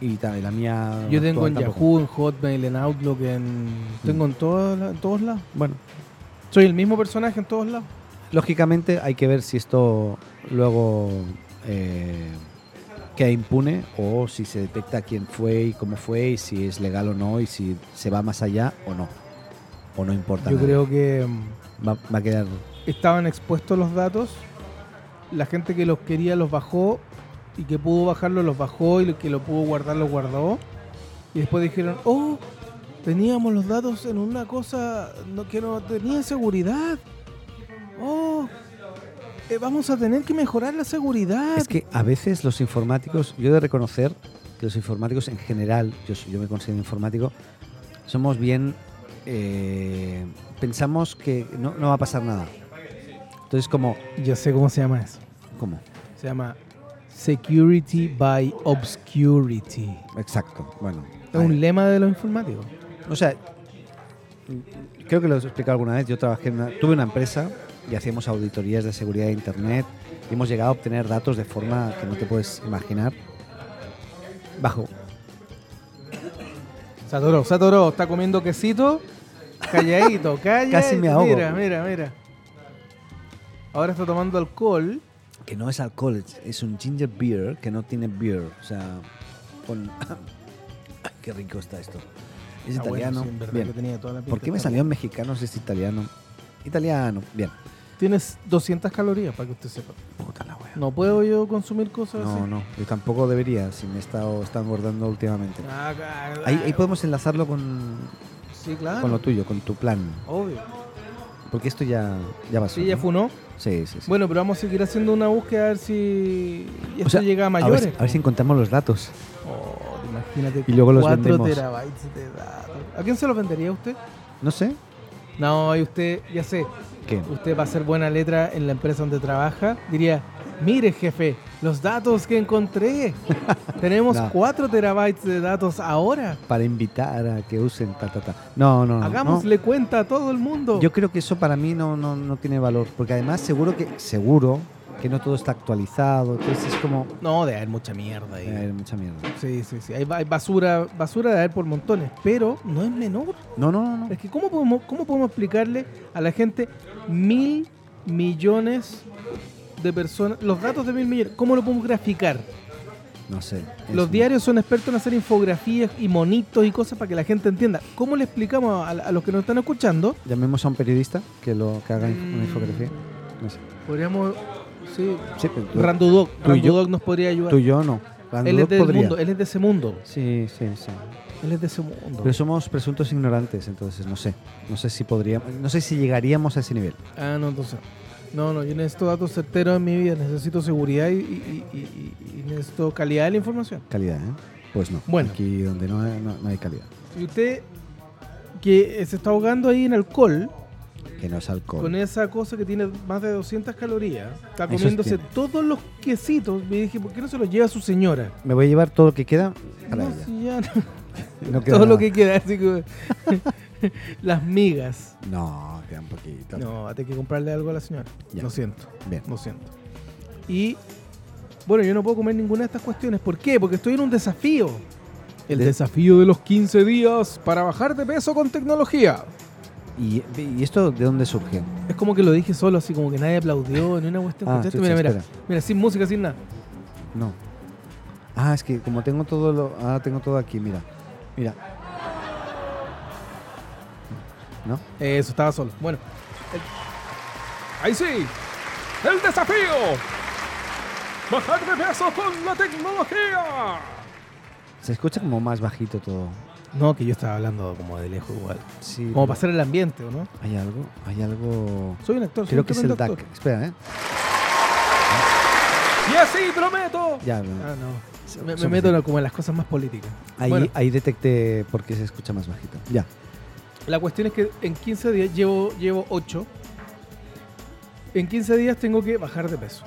Y ta- y la mía.
yo tengo
actual
en
tampoco.
Yahoo, en Hotmail, en Outlook, en. Tengo en, todas la- en todos lados.
Bueno,
Soy el mismo personaje en todos lados.
lógicamente hay que ver si esto luego eh, queda impune o si se detecta quién fue y cómo fue y si es legal o no y si se va más allá o no. O no importa.
Yo
nada.
creo que mm,
Va, va a quedar.
estaban expuestos los datos. La gente que los quería los bajó y que pudo bajarlo los bajó y el que lo pudo guardar los guardó. Y después dijeron, oh, teníamos los datos en una cosa no- que no tenía seguridad. Oh, eh, vamos a tener que mejorar la seguridad.
Es que a veces los informáticos, yo he de reconocer que los informáticos en general, yo, soy- yo me considero informático, somos bien. eh, pensamos que no, no va a pasar nada. Entonces, como.
Yo sé cómo se llama eso.
¿Cómo?
Se llama Security by Obscurity.
Exacto. Bueno.
Es un lema de los informáticos.
O sea, creo que lo he explicado alguna vez. Yo trabajé en una- tuve una empresa y hacíamos auditorías de seguridad de Internet y hemos llegado a obtener datos de forma que no te puedes imaginar. Bajo.
Se atoró, se atoró, está comiendo quesito, calladito, calladito.
Casi me ahogo.
Mira, mira, mira. Ahora está tomando alcohol.
Que no es alcohol, es, es un ginger beer que no tiene beer. O sea, con. Ay, qué rico está esto. Es
Ah, bueno,
italiano.
sí, en verdad que
Bien.
tenía toda la pinta
¿Por qué me
esta
salió en mexicano si es italiano? Italiano. Bien.
weá. Tienes 200 calorías, para que usted sepa.
Puta la wea.
No puedo yo consumir cosas
No,
así.
no. Yo tampoco debería si me he estado, estado engordando últimamente.
Ah, claro. Ah,
Ahí, ahí podemos enlazarlo con,
Sí, claro.
con lo tuyo, con tu plan.
Obvio.
Porque esto ya, ya pasó.
Sí, ya
¿no?
funó.
Sí, sí, sí.
Bueno, pero vamos a seguir haciendo una búsqueda a ver si
O
y esto
sea,
llega a
a ver,
mayores.
si- a ver si encontramos los datos.
Oh, imagínate.
Y luego los
cuatro
vendemos.
terabytes de datos. ¿A quién se los vendería usted?
No sé.
No, y usted, ya sé,
¿Qué?
usted va a ser buena letra en la empresa donde trabaja, diría, mire jefe, los datos que encontré, tenemos
No.
4 terabytes de datos ahora,
Para invitar a que usen ta, ta, ta. No, no, no. no.
hagámosle cuenta a todo el mundo.
Yo creo que eso para mí no, no, no tiene valor. Porque además seguro que, seguro que no todo está actualizado. Entonces es como...
No, de haber mucha mierda ahí.
eh, hay mucha mierda.
Sí, sí, sí, hay, ba- hay basura, basura de haber por montones, pero no es menor.
No, no, no, no.
Es que ¿cómo podemos, cómo podemos explicarle a la gente mil millones de personas, los datos de mil millones, cómo lo podemos graficar?
No sé. Es
Los
un-
diarios son expertos en hacer infografías y monitos y cosas para que la gente entienda. ¿Cómo le explicamos a, a los que nos están escuchando?
Llamemos a un periodista que lo que haga
Mm.
inf- una infografía. No sé.
Podríamos. Sí.
Sí, pero tú-
Randudoc.
tú y yo-
Randudoc nos podría ayudar.
tú y yo no.
él es
Randudoc
del
podría.
mundo, él es de ese mundo.
Sí, sí, sí.
Él es de ese mundo.
Pero somos presuntos ignorantes, entonces no sé. No sé si podríamos, no sé si llegaríamos a ese nivel.
Ah, no, entonces. No, no, yo necesito datos certeros en mi vida, necesito seguridad y, y- y- y- y necesito calidad de la información.
Calidad, ¿eh? Pues no.
Bueno.
Aquí donde no, hay- no- no hay calidad.
Y usted que se está ahogando ahí en alcohol,
Que no es alcohol.
con e- esa cosa que tiene más de 200 calorías. Está
Eso
comiéndose
tiene.
todos los quesitos. Me dije, ¿por qué no se los lleva su señora?
Me voy a llevar todo lo que queda para
No,
ella.
si ya no-
No queda
todo lo
nada.
que queda, así que- las migas.
No, queda un poquito.
No, hay que comprarle algo a la señora.
Ya.
Lo siento,
Bien.
lo siento. Y bueno, yo no puedo comer ninguna de estas cuestiones. ¿Por qué? Porque estoy en un desafío. El
De-
desafío de los 15 días para bajar de peso con tecnología.
¿Y, y esto de dónde surge?
Es como que lo dije solo, así como que nadie aplaudió, ni una cuestión.
Ah,
¿Escuchaste?
chucha,
mira, mira,
espera.
mira, sin música, sin nada.
No. Ah, es que como tengo todo lo. Ah, tengo todo aquí, mira. Mira. ¿No?
Eso, estaba solo. Bueno,
Ahí sí, el desafío. Bajar de peso con la tecnología.
Se escucha como más bajito todo.
no, que yo estaba hablando como de lejos igual.
Sí.
Como pasar el ambiente, ¿o no?
Hay algo, hay algo.
Soy un actor, soy
Creo
un
que es el
tremendo
DAC.
actor.
Espera, ¿eh?
Y así prometo.
Ya, no.
Ah, no. Me, me
Somos
meto
bien.
en- como en las cosas más políticas.
ahí,
Bueno,
ahí detecté por qué se escucha más bajito. Ya.
la cuestión es que en 15 días llevo, llevo 8. En 15 días tengo que bajar de peso.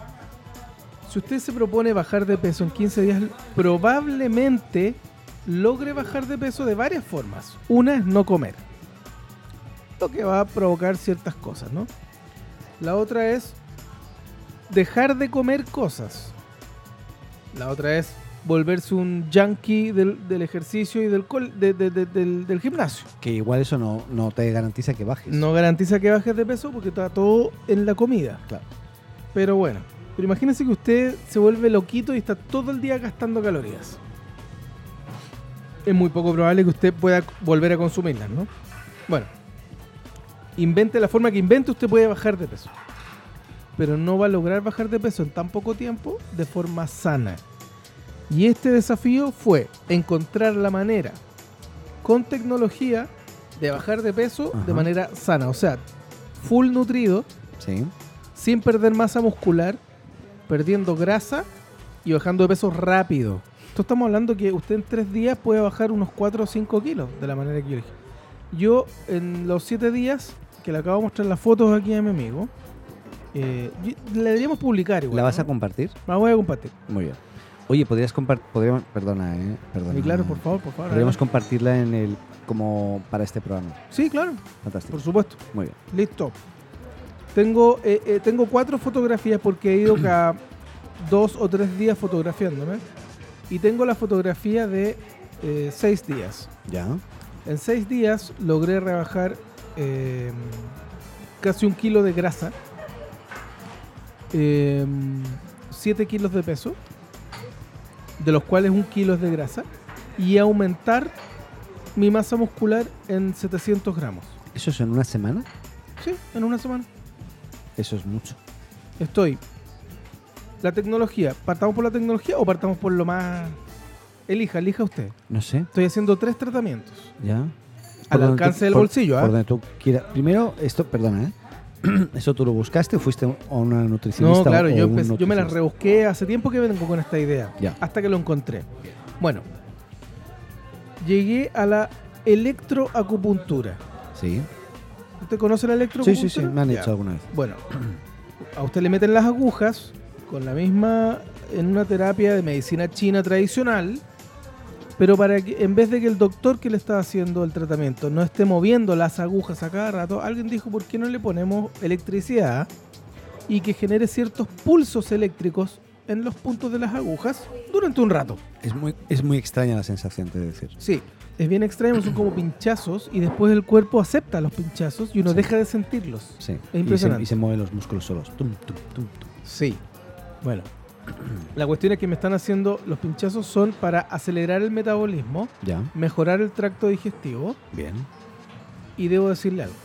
Si usted se propone bajar de peso en 15 días, probablemente logre bajar de peso de varias formas. Una es no comer. efecto que va a provocar ciertas cosas, ¿no? La otra es dejar de comer cosas. La otra es volverse un junkie del, del ejercicio y del, col- de- de- de- del, del gimnasio.
Que igual eso no, no te garantiza que bajes.
No garantiza que bajes de peso porque está todo en la comida.
Claro.
Pero bueno, pero imagínense que usted se vuelve loquito y está todo el día gastando calorías. Es muy poco probable que usted pueda volver a consumirlas, ¿no? Bueno, invente la forma que invente, usted puede bajar de peso. Pero no va a lograr bajar de peso en tan poco tiempo de forma sana. Y este desafío fue encontrar la manera con tecnología de bajar de peso de
Ajá.
manera sana. O sea, full nutrido,
Sí.
sin perder masa muscular, perdiendo grasa y bajando de peso rápido. Esto estamos hablando que usted en tres días puede bajar unos 4 o 5 kilos de la manera que yo le dije. Yo en los 7 días, que le acabo de mostrar las fotos aquí a mi amigo, eh, yo- le deberíamos publicar igual.
¿La vas
¿no?
a compartir?
La voy a compartir.
Muy bien. Oye, podrías compartir. Podríamos, perdona, eh. Perdona.
Y claro, por favor, por favor.
Podríamos
adelante.
compartirla en el como para este programa.
Sí, claro,
Fantástico.
por supuesto.
Muy bien.
Listo. Tengo, eh, eh, tengo cuatro fotografías porque he ido cada dos o tres días fotografiándome. Y tengo la fotografía de eh, seis días.
Ya.
En seis días logré rebajar eh, casi un kilo de grasa, eh, siete kilos de peso, de los cuales un kilo es de grasa, y aumentar mi masa muscular en 700 gramos.
¿Eso es en una semana?
Sí, en una semana.
Eso es mucho.
Estoy. La tecnología. ¿Partamos por la tecnología o partamos por lo más. Elija, elija usted.
No sé.
Estoy haciendo tres tratamientos.
Ya.
Al
Por donde
alcance
tú-
del
por-
bolsillo, ¿ah?
Por donde tú quieras. Primero, esto, perdona, ¿eh? ¿Eso tú lo buscaste o fuiste a una nutricionista?
No, claro,
o
yo,
un
empecé- yo me las
nutricionista?
rebusqué hace tiempo que vengo con esta idea.
Ya.
Hasta que lo encontré. Bueno. Llegué a la electroacupuntura.
Sí.
¿Usted conoce la
Sí,
electroacupuntura?
sí, sí, me han
Ya.
hecho alguna vez.
Bueno, a usted le meten las agujas con la misma en una terapia de medicina china tradicional, pero para que en vez de que el doctor que le está haciendo el tratamiento no esté moviendo las agujas a cada rato, alguien dijo, "¿Por qué no le ponemos electricidad y que genere ciertos pulsos eléctricos en los puntos de las agujas durante un rato?"
Es muy, es muy extraña la sensación, te he de decir.
Sí, es bien extraño, son como pinchazos y después el cuerpo acepta los pinchazos y uno
Sí.
deja de sentirlos.
Sí. Y se-
impresionante.
Y se, mueven los músculos solos. Tum, tum, tum, tum.
Sí. Bueno. La cuestión es que me están haciendo los pinchazos son para acelerar el metabolismo,
Ya.
mejorar el tracto digestivo
Bien.
y debo decirle algo.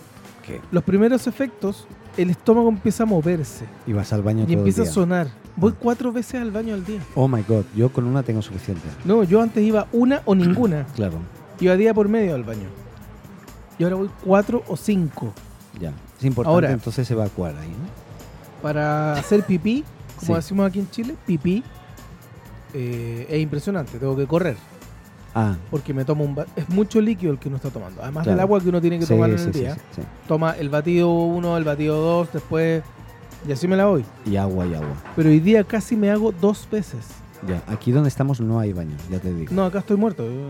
¿Qué?
Los primeros efectos, el estómago empieza a moverse
Y vas al baño
y
todo
empieza
el día.
a
Ah.
sonar. Voy cuatro veces al baño al día.
Oh my god, yo con una tengo suficiente.
No, yo antes iba una o ninguna.
Claro.
Iba día por medio al baño. Y ahora voy cuatro o cinco.
Ya. Es importante
Ahora-
entonces evacuar ahí, ¿no?
para hacer pipí, como
Sí.
decimos aquí en Chile, pipí eh, es impresionante. Tengo que correr
Ah.
porque me tomo un ba- es mucho líquido el que uno está tomando. Además
Claro.
del agua que uno tiene que
Sí,
tomar en
sí,
el
sí,
día.
sí, sí.
Toma el batido 1, el batido 2, después y así me la voy.
Y agua, y agua.
Pero hoy día casi me hago dos veces.
Ya. Aquí donde estamos no hay baño, ya te digo.
No, acá estoy muerto. Yo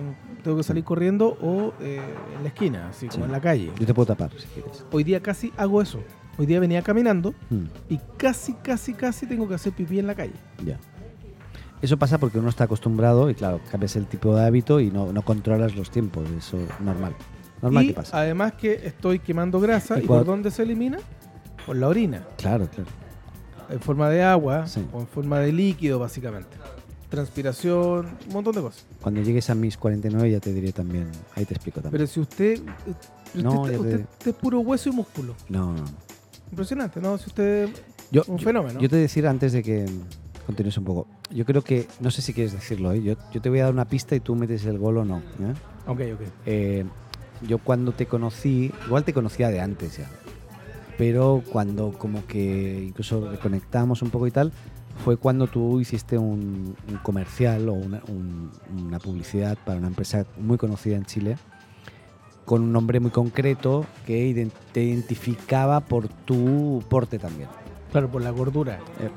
tengo que salir corriendo o eh, en la esquina, así como
Sí.
en la calle.
Yo te puedo tapar si quieres.
Hoy día casi hago eso. Hoy día venía caminando
Mm,
y casi, casi, casi tengo que hacer pipí en la calle.
ya. Eso pasa porque uno está acostumbrado y claro, cambias el tipo de hábito y no, no controlas los tiempos. Eso normal. Normal
y
que pasa.
además que estoy quemando grasa.
Y
¿Y, por
cuando-
dónde se elimina? Por la orina.
Claro, claro.
En forma de agua
Sí.
o en forma de líquido, básicamente. Transpiración, un montón de cosas.
Cuando llegues a mis 49 ya te diré también. Ahí te explico también.
Pero si usted... eh, usted,
No,
usted,
ya te-
usted es puro hueso y músculo.
No, no.
Impresionante, ¿no? Si usted...
Yo,
Un
yo-
fenómeno.
Yo te decir antes de que mm, continúes un poco. Yo creo que, no sé si quieres decirlo, ¿eh? yo, yo te voy a dar una pista y tú metes el gol o no. ¿eh?
Ok, ok.
Eh, yo cuando te conocí, igual te conocía de antes ya, pero cuando como que incluso reconectamos un poco y tal, fue cuando tú hiciste un, un comercial o una, un- una publicidad para una empresa muy conocida en Chile con un nombre muy concreto que iden- te identificaba por tu porte también.
Claro, por la gordura.
Eh,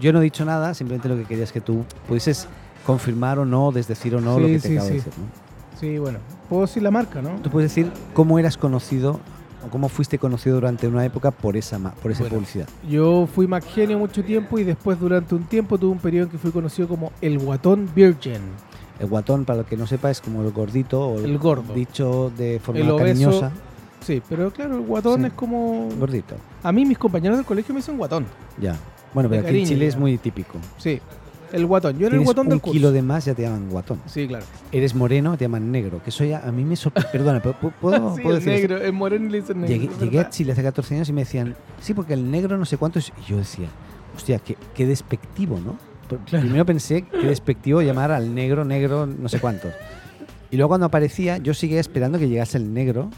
yo no he dicho nada, simplemente lo que quería es que tú pudieses confirmar o no, desdecir o no lo
Sí,
que te
sí,
acabo de
sí.
decir. ¿no?
Sí, bueno. Puedo decir la marca, ¿no?
Tú puedes decir cómo eras conocido o cómo fuiste conocido durante una época por esa, ma- por esa
Bueno.
publicidad?
Yo fui Mac Genio mucho tiempo y después durante un tiempo tuve un periodo en que fui conocido como el guatón virgin.
El guatón, para el que no sepa, es como el gordito o
El gordo.
dicho de forma
El obeso.
cariñosa.
Sí, pero claro, el guatón
Sí.
es como...
Gordito,
A mí mis compañeros del colegio me dicen guatón.
ya. Bueno,
De
pero aquí en
cariño,
Chile
ya.
es muy típico.
Sí, el guatón. Yo era el
Tienes
guatón
un
del curso.
kilo de más, ya te llaman guatón.
Sí, claro.
Eres moreno, te llaman negro. Que eso ya a mí me sorprende. Perdona, ¿pero pu- ¿puedo,
sí,
puedo
el
decir eso?
negro, el moreno le dicen negro.
Llegué,
es
llegué a
verdad.
Chile hace 14 años y me decían, sí, porque el negro no sé cuánto es. Y yo decía, hostia, qué, qué despectivo, ¿no? Por- Primero pensé que despectivo llamar al negro, negro, no sé cuántos. Y luego cuando aparecía, yo seguía esperando que llegase el negro.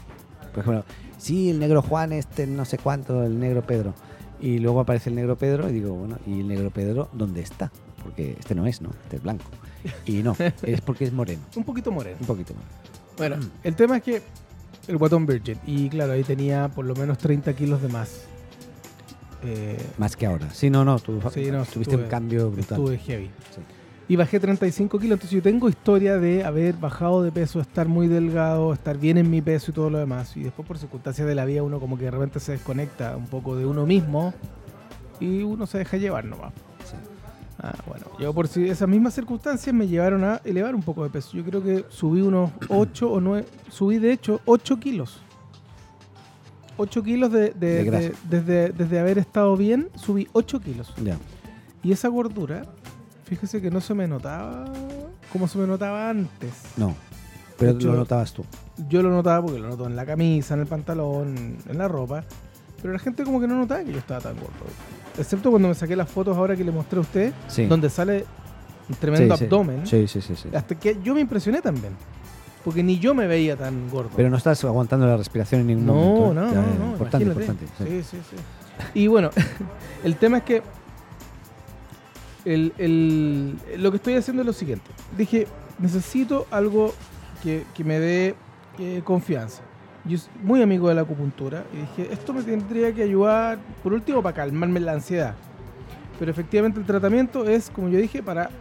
Por ejemplo, sí, el negro Juan, este no sé cuánto, el negro Pedro. Y luego aparece el negro Pedro y digo, bueno, ¿y el negro Pedro dónde está? Porque este no es, ¿no? Este es blanco. Y no, es porque es moreno.
Un poquito moreno.
Un poquito más.
Bueno, el tema es que el guatón virgin. Y claro, ahí tenía por lo menos 30 kilos de más. Eh,
Más que ahora. Sí, no, no, tú,
Sí, no,
tuviste
estuve-
un cambio brutal.
estuve heavy.
Sí.
Y bajé 35 kilos. Entonces yo tengo historia de haber bajado de peso, estar muy delgado, estar bien en mi peso y todo lo demás. Y después por circunstancias de la vida uno como que de repente se desconecta un poco de uno mismo y uno se deja llevar nomás.
Sí.
Ah, bueno. Yo por si esas mismas circunstancias me llevaron a elevar un poco de peso. Yo creo que subí unos 8 o 9, subí de hecho 8 kilos. 8 kilos de, de-
De grasa.
de- desde, desde haber estado bien, subí 8 kilos.
Ya.
Y esa gordura, fíjese que no se me notaba como se me notaba antes.
No. Pero
De hecho,
lo notabas tú.
Yo lo notaba porque lo noto en la camisa, en el pantalón, en la ropa. Pero la gente como que no notaba que yo estaba tan gordo. Excepto cuando me saqué las fotos ahora que le mostré a usted,
Sí.
donde sale un tremendo
Sí, sí.
abdomen.
Sí, sí, sí, sí.
Hasta que yo me impresioné también. Porque ni yo me veía tan gordo.
Pero no estás aguantando la respiración en ningún
no,
momento. ¿eh?
no,
Ya,
no, no,
Importante,
imagínate.
importante. sí.
Sí, sí, sí. Y bueno, el tema es que el- el- lo que estoy haciendo es lo siguiente. Dije, necesito algo que, que me dé eh, confianza. Yo soy muy amigo de la acupuntura y dije, esto me tendría que ayudar, por último, para calmarme la ansiedad. Pero efectivamente el tratamiento es, como yo dije, para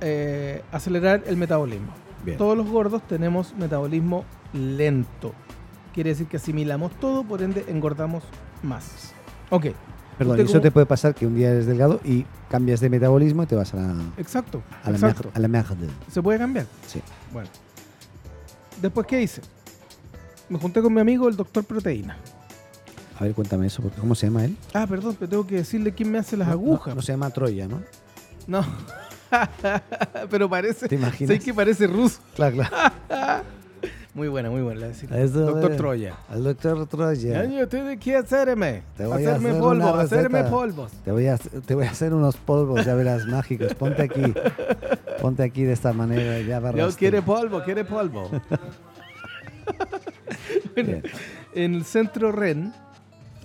eh, acelerar el metabolismo.
Bien.
Todos los gordos tenemos metabolismo lento. Quiere decir que asimilamos todo, por ende engordamos más. Ok,
Perdón,
¿Usted
eso
cómo-
te puede pasar que un día eres delgado y cambias de metabolismo y te vas a la,
exacto.
a la,
exacto.
mer- a la merde.
Se puede cambiar.
Sí.
Bueno. Después, ¿qué hice? Me junté con mi amigo, el doctor Proteína.
A ver, cuéntame eso. porque ¿Cómo se llama él?
Ah, perdón, pero tengo que decirle quién me hace las
No,
agujas.
No, no se llama Troya, ¿no?
No. pero parece.
¿Te imaginas?
Sé que parece ruso.
Claro, claro.
Muy buena, muy buena la decir.
Eso,
Doctor
eh.
Troya.
Al doctor Troya.
Año, tiene que hacerme.
Te voy a
hacerme
hacer
polvo,
una
hacerme
receta.
polvos.
Te voy, a, te voy a hacer unos polvos, ya verás, mágicos. Ponte aquí. Ponte aquí de esta manera. Ya
Yo
verás. tú.
quiere polvo, quiere polvo. Bueno,
Bien.
en el centro REN,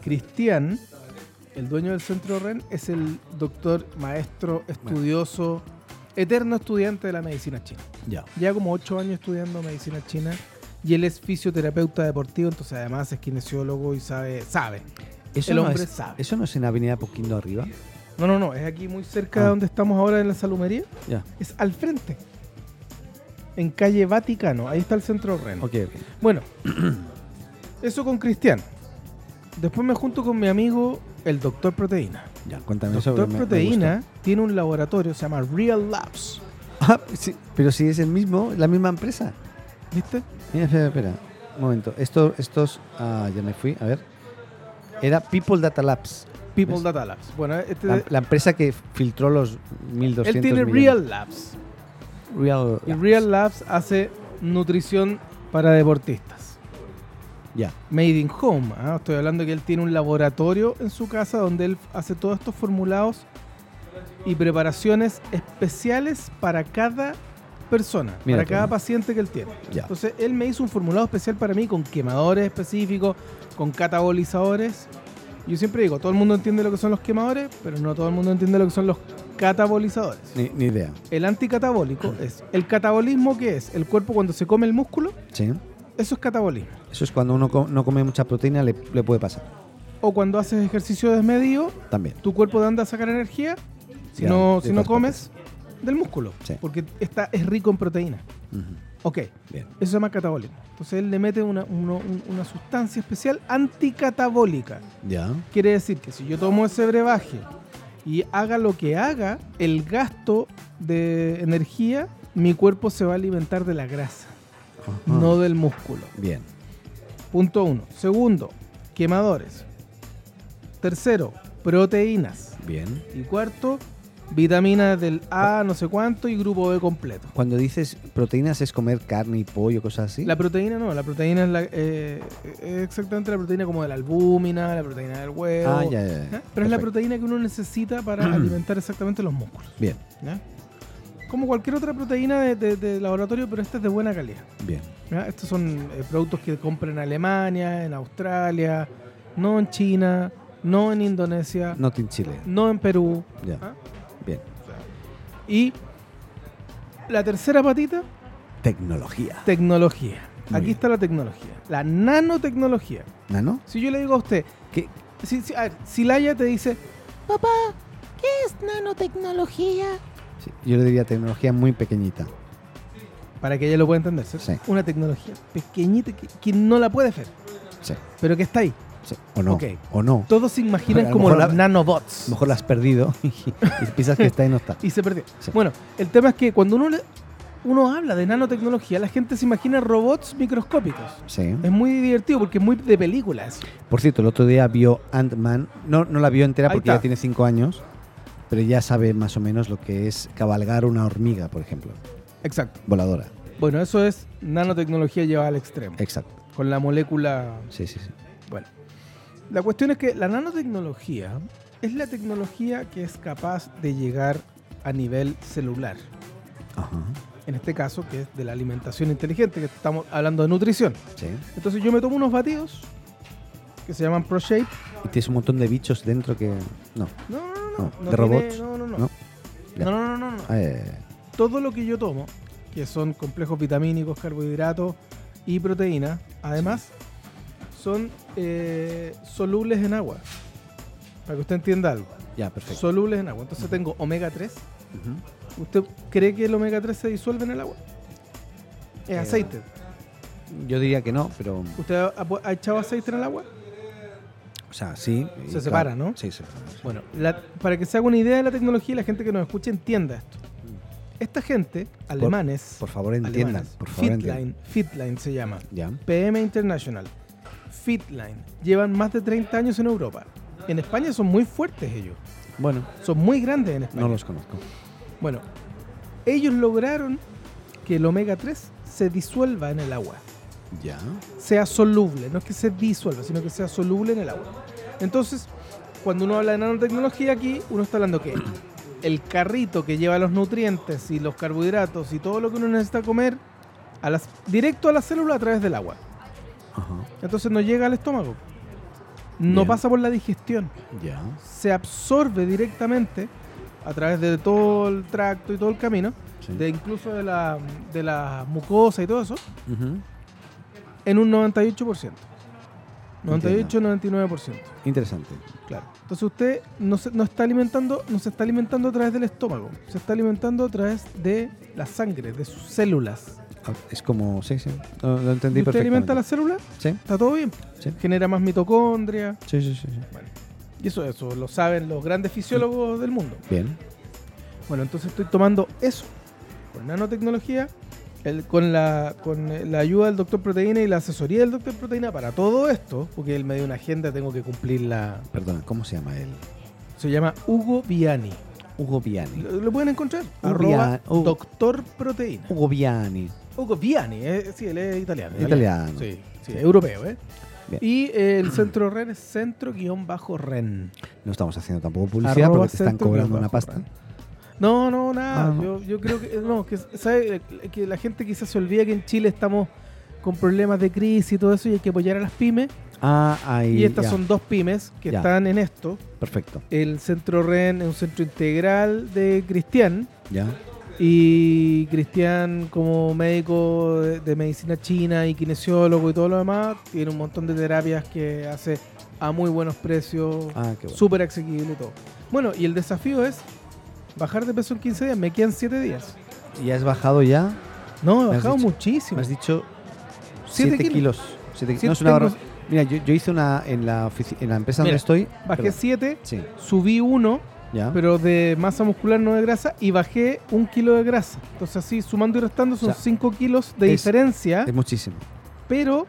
Cristian, el dueño del centro REN, es el doctor, maestro, estudioso, eterno estudiante de la medicina china.
Ya.
Lleva como ocho años estudiando medicina china y él es fisioterapeuta deportivo, entonces además es kinesiólogo y sabe, sabe.
Eso
El
no
hombre
es-
sabe.
Eso no es en Avenida Poquito Arriba.
No, no, no, es aquí muy cerca de
Ah.
donde estamos ahora en la salumería,
Ya.
es al frente. En calle Vaticano, ahí está el centro REN.
Ok, ok.
Bueno, eso con Cristian. Después me junto con mi amigo, el doctor Proteína.
Ya, cuéntame sobre
Doctor Proteína tiene un laboratorio, se llama Real Labs.
Ah, pero si es el mismo, la misma empresa.
¿Viste?
Mira, espera, espera. Un momento. Esto, estos. Ah, ya me fui. A ver. Era People Data Labs.
People
¿Ves?
Data Labs. Bueno, este-
La, la empresa que filtró los 1200.
él tiene
millones.
Real Labs.
Real.
Y
Labs.
Real Labs hace nutrición para deportistas.
Ya.
Made in Home. ¿ah? Estoy hablando que él tiene un laboratorio en su casa donde él hace todos estos formulados y preparaciones especiales para cada persona,
Mira
para
tú.
cada paciente que él tiene.
Ya.
Entonces él me hizo un formulado especial para mí con quemadores específicos, con catabolizadores. Yo siempre digo, todo el mundo entiende lo que son los quemadores, pero no todo el mundo entiende lo que son los catabolizadores.
Ni, ni idea.
El anticatabólico es el catabolismo que es el cuerpo cuando se come el músculo,
Sí.
eso es catabolismo.
Eso es cuando uno co- no come mucha proteína, le, le puede pasar.
O cuando haces ejercicio desmedido,
También.
tu cuerpo de anda a sacar energía. Si
Ya,
no,
de
si no
todas
comes, del músculo,
Sí.
porque está, es rico en proteína.
Ujú,
Ok,
Bien.
eso se llama cataboleno. Entonces él le mete una, uno- un- una sustancia especial anticatabólica.
Ya.
Quiere decir que si yo tomo ese brebaje y haga lo que haga, el gasto de energía, mi cuerpo se va a alimentar de la grasa,
Ajá.
no del músculo.
Bien.
Punto uno. Segundo, quemadores. Tercero, proteínas.
Bien.
Y cuarto, vitaminas del A, no sé cuánto, y grupo B completo.
Cuando dices proteínas es comer carne y pollo, cosas así.
La proteína no, la proteína es, la, eh, es exactamente la proteína como de la albúmina, la proteína del huevo.
ah, ya, ya, ya.
¿ya? Pero es la
Perfecto.
proteína que uno necesita para alimentar exactamente los músculos.
Bien,
¿ya? Como cualquier otra proteína de, de- de laboratorio, pero esta es de buena calidad.
bien.
¿ya? Estos son eh, productos que compran en Alemania, en Australia, no en China, no en Indonesia,
No en Chile.
no en Perú.
Ya.
¿Ah?
Bien.
Y la tercera patita
Tecnología.
Tecnología.
Muy
Aquí
bien.
está la tecnología. La nanotecnología.
¿Nano?
Si yo le digo a usted,
¿Qué?
si, si- a ver, si Laia te dice,
Papá, ¿qué es nanotecnología?
Sí, Yo le diría tecnología muy pequeñita.
para que ella lo pueda entender, ¿cierto?
Sí.
una tecnología pequeñita que, que no la puede ver,
Sí,
pero que está ahí.
sí. O no.
Ok.
O no.
Todos se
A
imaginan
lo
como los
mejor la- A
nanobots.
lo mejor la has perdido y piensas que está y no está.
Y se perdió.
Sí.
Bueno, el tema es que cuando uno, le- uno habla de nanotecnología, la gente se imagina robots microscópicos.
Sí.
Es muy divertido porque es muy de películas.
Por cierto, el otro día vio Ant-Man. No, no la vio entera
Ahí
porque
está.
ya tiene 5 años, pero ya sabe más o menos lo que es cabalgar una hormiga, por ejemplo.
Exacto.
Voladora.
Bueno, eso es nanotecnología llevada al extremo.
Exacto.
Con la molécula
Sí, sí, sí.
Bueno, la cuestión es que la nanotecnología es la tecnología que es capaz de llegar a nivel celular.
Ajá.
En este caso, que es de la alimentación inteligente, que estamos hablando de nutrición.
Sí.
Entonces yo me tomo unos batidos que se llaman ProShape.
Y tienes un montón de bichos dentro que. No.
No, no,
No,
no, no. no
de
tiene-
robots.
No, no, Ah, no.
No.
No, no, no, no, no.
Eh,
Todo lo que yo tomo, que son complejos vitamínicos, carbohidratos y proteínas, además, son eh, solubles en agua. Para que usted entienda algo.
ya, perfecto.
solubles en agua. Entonces tengo omega 3.
Ujú.
¿Usted cree que el omega 3 se disuelve en el agua? Es
Eh,
aceite.
Yo diría que no, pero.
¿Usted ha, ha pu- ha echado aceite en el agua?
O sea, sí. y
Se separa, ¿no?
Sí, se separa. sí.
Bueno, la- para que se haga una idea de la tecnología y la gente que nos escucha entienda esto. Esta gente, alemanes,
Mm. Por favor, entiendan.
alemanes,
Por favor, entiendan.
Fitline, Fitline se llama.
Ya.
PM International, Fitline, llevan más de 30 años en Europa. En España son muy fuertes ellos.
Bueno,
Son muy grandes en España.
no los conozco.
Bueno, ellos lograron que el omega 3 se disuelva en el agua,
Ya.
sea soluble, no es que se disuelva, sino que sea soluble en el agua. Entonces, cuando uno habla de nanotecnología aquí, uno está hablando que el carrito que lleva los nutrientes y los carbohidratos y todo lo que uno necesita comer a las, directo a la célula a través del agua.
Ajá.
Entonces no llega al estómago. No
Bien.
pasa por la digestión
Ya.
se absorbe directamente a través de todo el tracto y todo el camino,
Sí.
de incluso de la, de la mucosa y todo eso,
Ujú.
en un 98%. 98-99%.
Interesante.
Claro. Entonces usted no se, no, está alimentando, no se está alimentando a través del estómago, se está alimentando a través de la sangre, de sus células.
Ah, Es como. Sí, sí. Lo, lo
Si
entendí
usted
perfectamente.
alimenta las células,
Sí,
está todo bien.
Sí.
Genera más mitocondria.
sí, sí, sí. sí.
Y eso, eso lo saben los grandes fisiólogos del mundo.
Bien.
Bueno, entonces estoy tomando eso con nanotecnología, el- con, la, con eh, la ayuda del doctor Proteína y la asesoría del doctor Proteína para todo esto, porque él me dio una agenda, tengo que cumplirla.
Perdona, ¿cómo se llama él?
Se llama Hugo Viani.
Hugo Viani.
Lo, lo pueden encontrar.
Hugo
arroba
Viani, Hugo.
Doctor Proteína.
Hugo Viani.
Hugo Viani, eh, sí, él es italiano.
Italiano.
Sí, sí, europeo, ¿eh?
Bien.
Y eh, el centro REN es centro-ren.
No estamos haciendo tampoco publicidad
Arroba
porque te están
centro
cobrando
guión
una
bajo,
pasta.
¿verdad? No, no, nada.
Ah, no.
Yo, yo creo que. No, que, ¿sabe? que la gente quizás se olvida que en Chile estamos con problemas de crisis y todo eso y hay que apoyar a las pymes.
Ah, ahí.
Y, estas
ya.
son dos pymes que
Ya.
están en esto.
Perfecto.
El Centro REN es un centro integral de Cristian.
Ya.
Y Cristian, como médico de, de medicina china y kinesiólogo y todo lo demás, tiene un montón de terapias que hace a muy buenos precios
Ah, qué bueno.
súper asequible y todo. Bueno, y el desafío es bajar de peso en 15 días, me quedan 7 días.
¿Y has bajado ya? Me
No, he
has
bajado
dicho-
muchísimo.
Me has dicho
Siete
7
kilos.
kilos. Siete-
Siete
no, es una barra-
tengo-
Mira, yo, yo hice una en la, ofici- en la empresa
Mira,
donde estoy.
Bajé
perdón.
7,
Sí,
subí 1,
ya.
pero de masa muscular no de grasa, y bajé un kilo de grasa. Entonces así, sumando y restando, son
O sea,
5 kilos de
es- em-
diferencia,
es muchísimo.
pero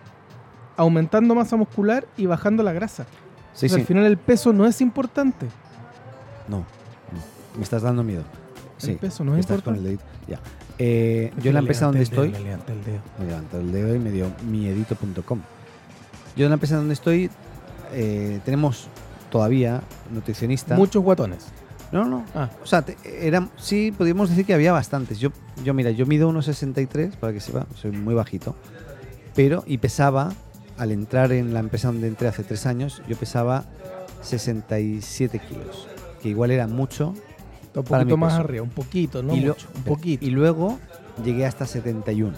aumentando masa muscular y bajando la grasa.
Sí,
O sea,
sí.
Al final el peso no es importante.
No, no. Me estás dando miedo. Sí.
peso no es
estás con el dedito. Ya. Eh, yo en la empresa donde estoy. Me levanto el dedo y me dio miedito.com. Yo en la empresa donde estoy eh, tenemos todavía nutricionista.
Muchos guatones.
No, no.
Ah.
O sea, te- eran- sí, podríamos decir que había bastantes. Yo, yo mira, yo mido 1,63, para que sepa, soy muy bajito. Pero, y pesaba, al entrar en la empresa donde entré hace tres años, yo pesaba 67 kilos, que igual era mucho.
Está un
Para
poquito
mi
más
peso.
arriba, un poquito, no
y lo-
mucho, un poquito.
Y luego llegué hasta 71.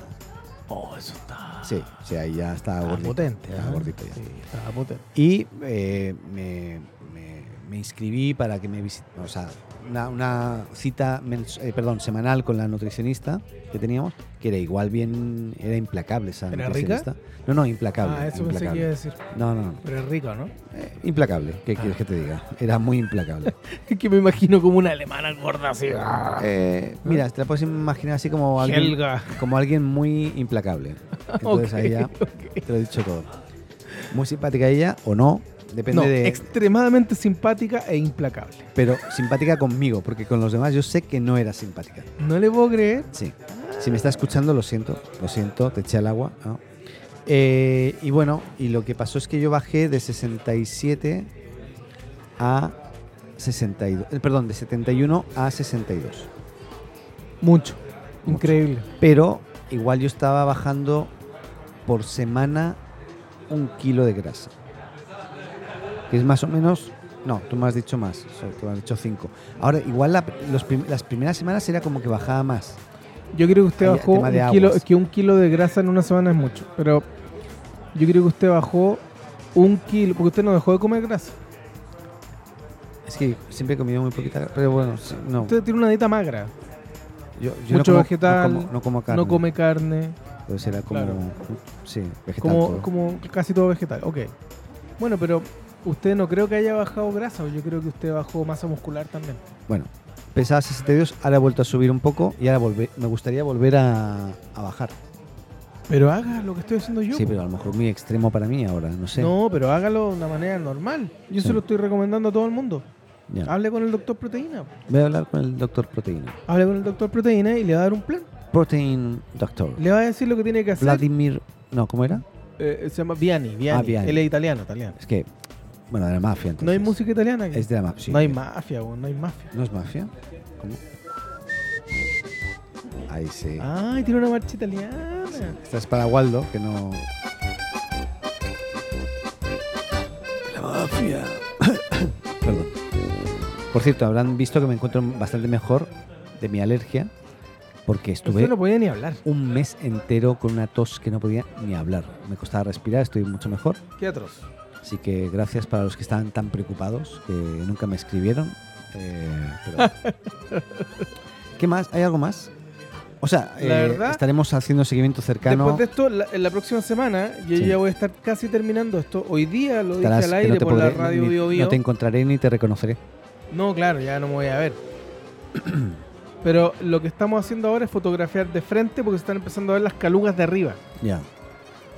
oh, eso está,
Sí, o sea, ahí ya estaba
está
gordito.
potente.
estaba
¿eh?
gordito ya.
Sí, está potente.
Y eh, me, me- me inscribí para que me visite, o sea, una, una cita mens- eh, perdón, semanal con la nutricionista que teníamos, que era igual bien, era implacable esa
¿Era
nutricionista. No, no, implacable.
Ah, eso pensé que
implacable.
iba a decir.
No, no, no,
Pero es rico, ¿no?
eh, implacable, ¿qué quieres que te diga? Era muy implacable.
Es que me imagino como una alemana gorda así. ah,
Eh, mira, te la puedes imaginar así como alguien,
Helga.
como alguien muy implacable. Entonces a ella te lo he dicho todo. Muy simpática ella o no, depende
No,
de...
extremadamente simpática e implacable.
pero simpática conmigo, porque con los demás yo sé que no era simpática.
No le puedo creer.
Sí. Si me está escuchando, lo siento, lo siento, te eché al agua. ¿no? Eh, y bueno, y lo que pasó es que yo bajé de 67 a 62, eh, perdón, de 71 a 62.
Mucho. Increíble.
Pero igual yo estaba bajando por semana un kilo de grasa. Que es más o menos. No, tú me has dicho más, o sea, tú me has dicho 5. Ahora, igual la- los prim- las primeras semanas era como que bajaba más.
Yo creo que usted
Hay
bajó
tema de
un kilo,
aguas.
que un kilo de grasa en una semana es mucho, pero yo creo que usted bajó un kilo, porque usted no dejó de comer grasa.
Es que siempre he comido muy poquita grasa, pero bueno, sí, no.
Usted tiene una dieta magra,
Yo, yo
mucho
no como,
vegetal,
no como, no como carne.
no come carne,
Entonces era como.
claro.
Sí, vegetal.
como,
todo.
como casi todo vegetal. Ok. Bueno, pero usted no creo que haya bajado grasa, yo creo que usted bajó masa muscular también.
Bueno, pesaba 62, ahora he vuelto a subir un poco y ahora volve- me gustaría volver a, a bajar.
Pero haga lo que estoy haciendo yo.
Sí, pero a lo mejor muy extremo para mí ahora, no sé.
No, pero hágalo de una manera normal. Yo
Sí.
se lo estoy recomendando a todo el mundo.
Ya.
Hable con el doctor Proteína.
Voy a hablar con el doctor Proteína.
Hable con el doctor Proteína y le va a dar un plan.
Protein Doctor.
Le va a decir lo que tiene que hacer.
Vladimir. No, ¿cómo era?
Eh, se llama Viani, Viani.
Ah, Viani.
Él es italiano, italiano.
Es que. Bueno, de la mafia. Entonces.
No hay música italiana. aquí.
Es de la mafia. sí.
no hay mafia, weón, no hay mafia.
¿No es mafia? ¿Cómo? Ahí sí.
Ay, tiene una marcha italiana.
Esta es para Waldo, que no. La mafia. Perdón. Por cierto, habrán visto que me encuentro bastante mejor de mi alergia, porque estuve
Usted no podía ni hablar.
un mes entero con una tos que no podía ni hablar. Me costaba respirar, estoy mucho mejor.
Qué atroz.
Así que gracias para los que estaban tan preocupados, que nunca me escribieron. Eh, pero- ¿Qué más? ¿Hay algo más? O sea,
La
eh,
verdad-
estaremos haciendo seguimiento cercano.
Después de esto, la, en la próxima semana, yo
Sí.
ya voy a estar casi terminando esto. Hoy día lo
Estarás-
dije
que
al aire
no te
por la
podré-
radio
ni-
Bio Bio.
No te encontraré ni te reconoceré.
No, claro, ya no me voy a ver. Pero lo que estamos haciendo ahora es fotografiar de frente porque se están empezando a ver las calugas de arriba.
Ya.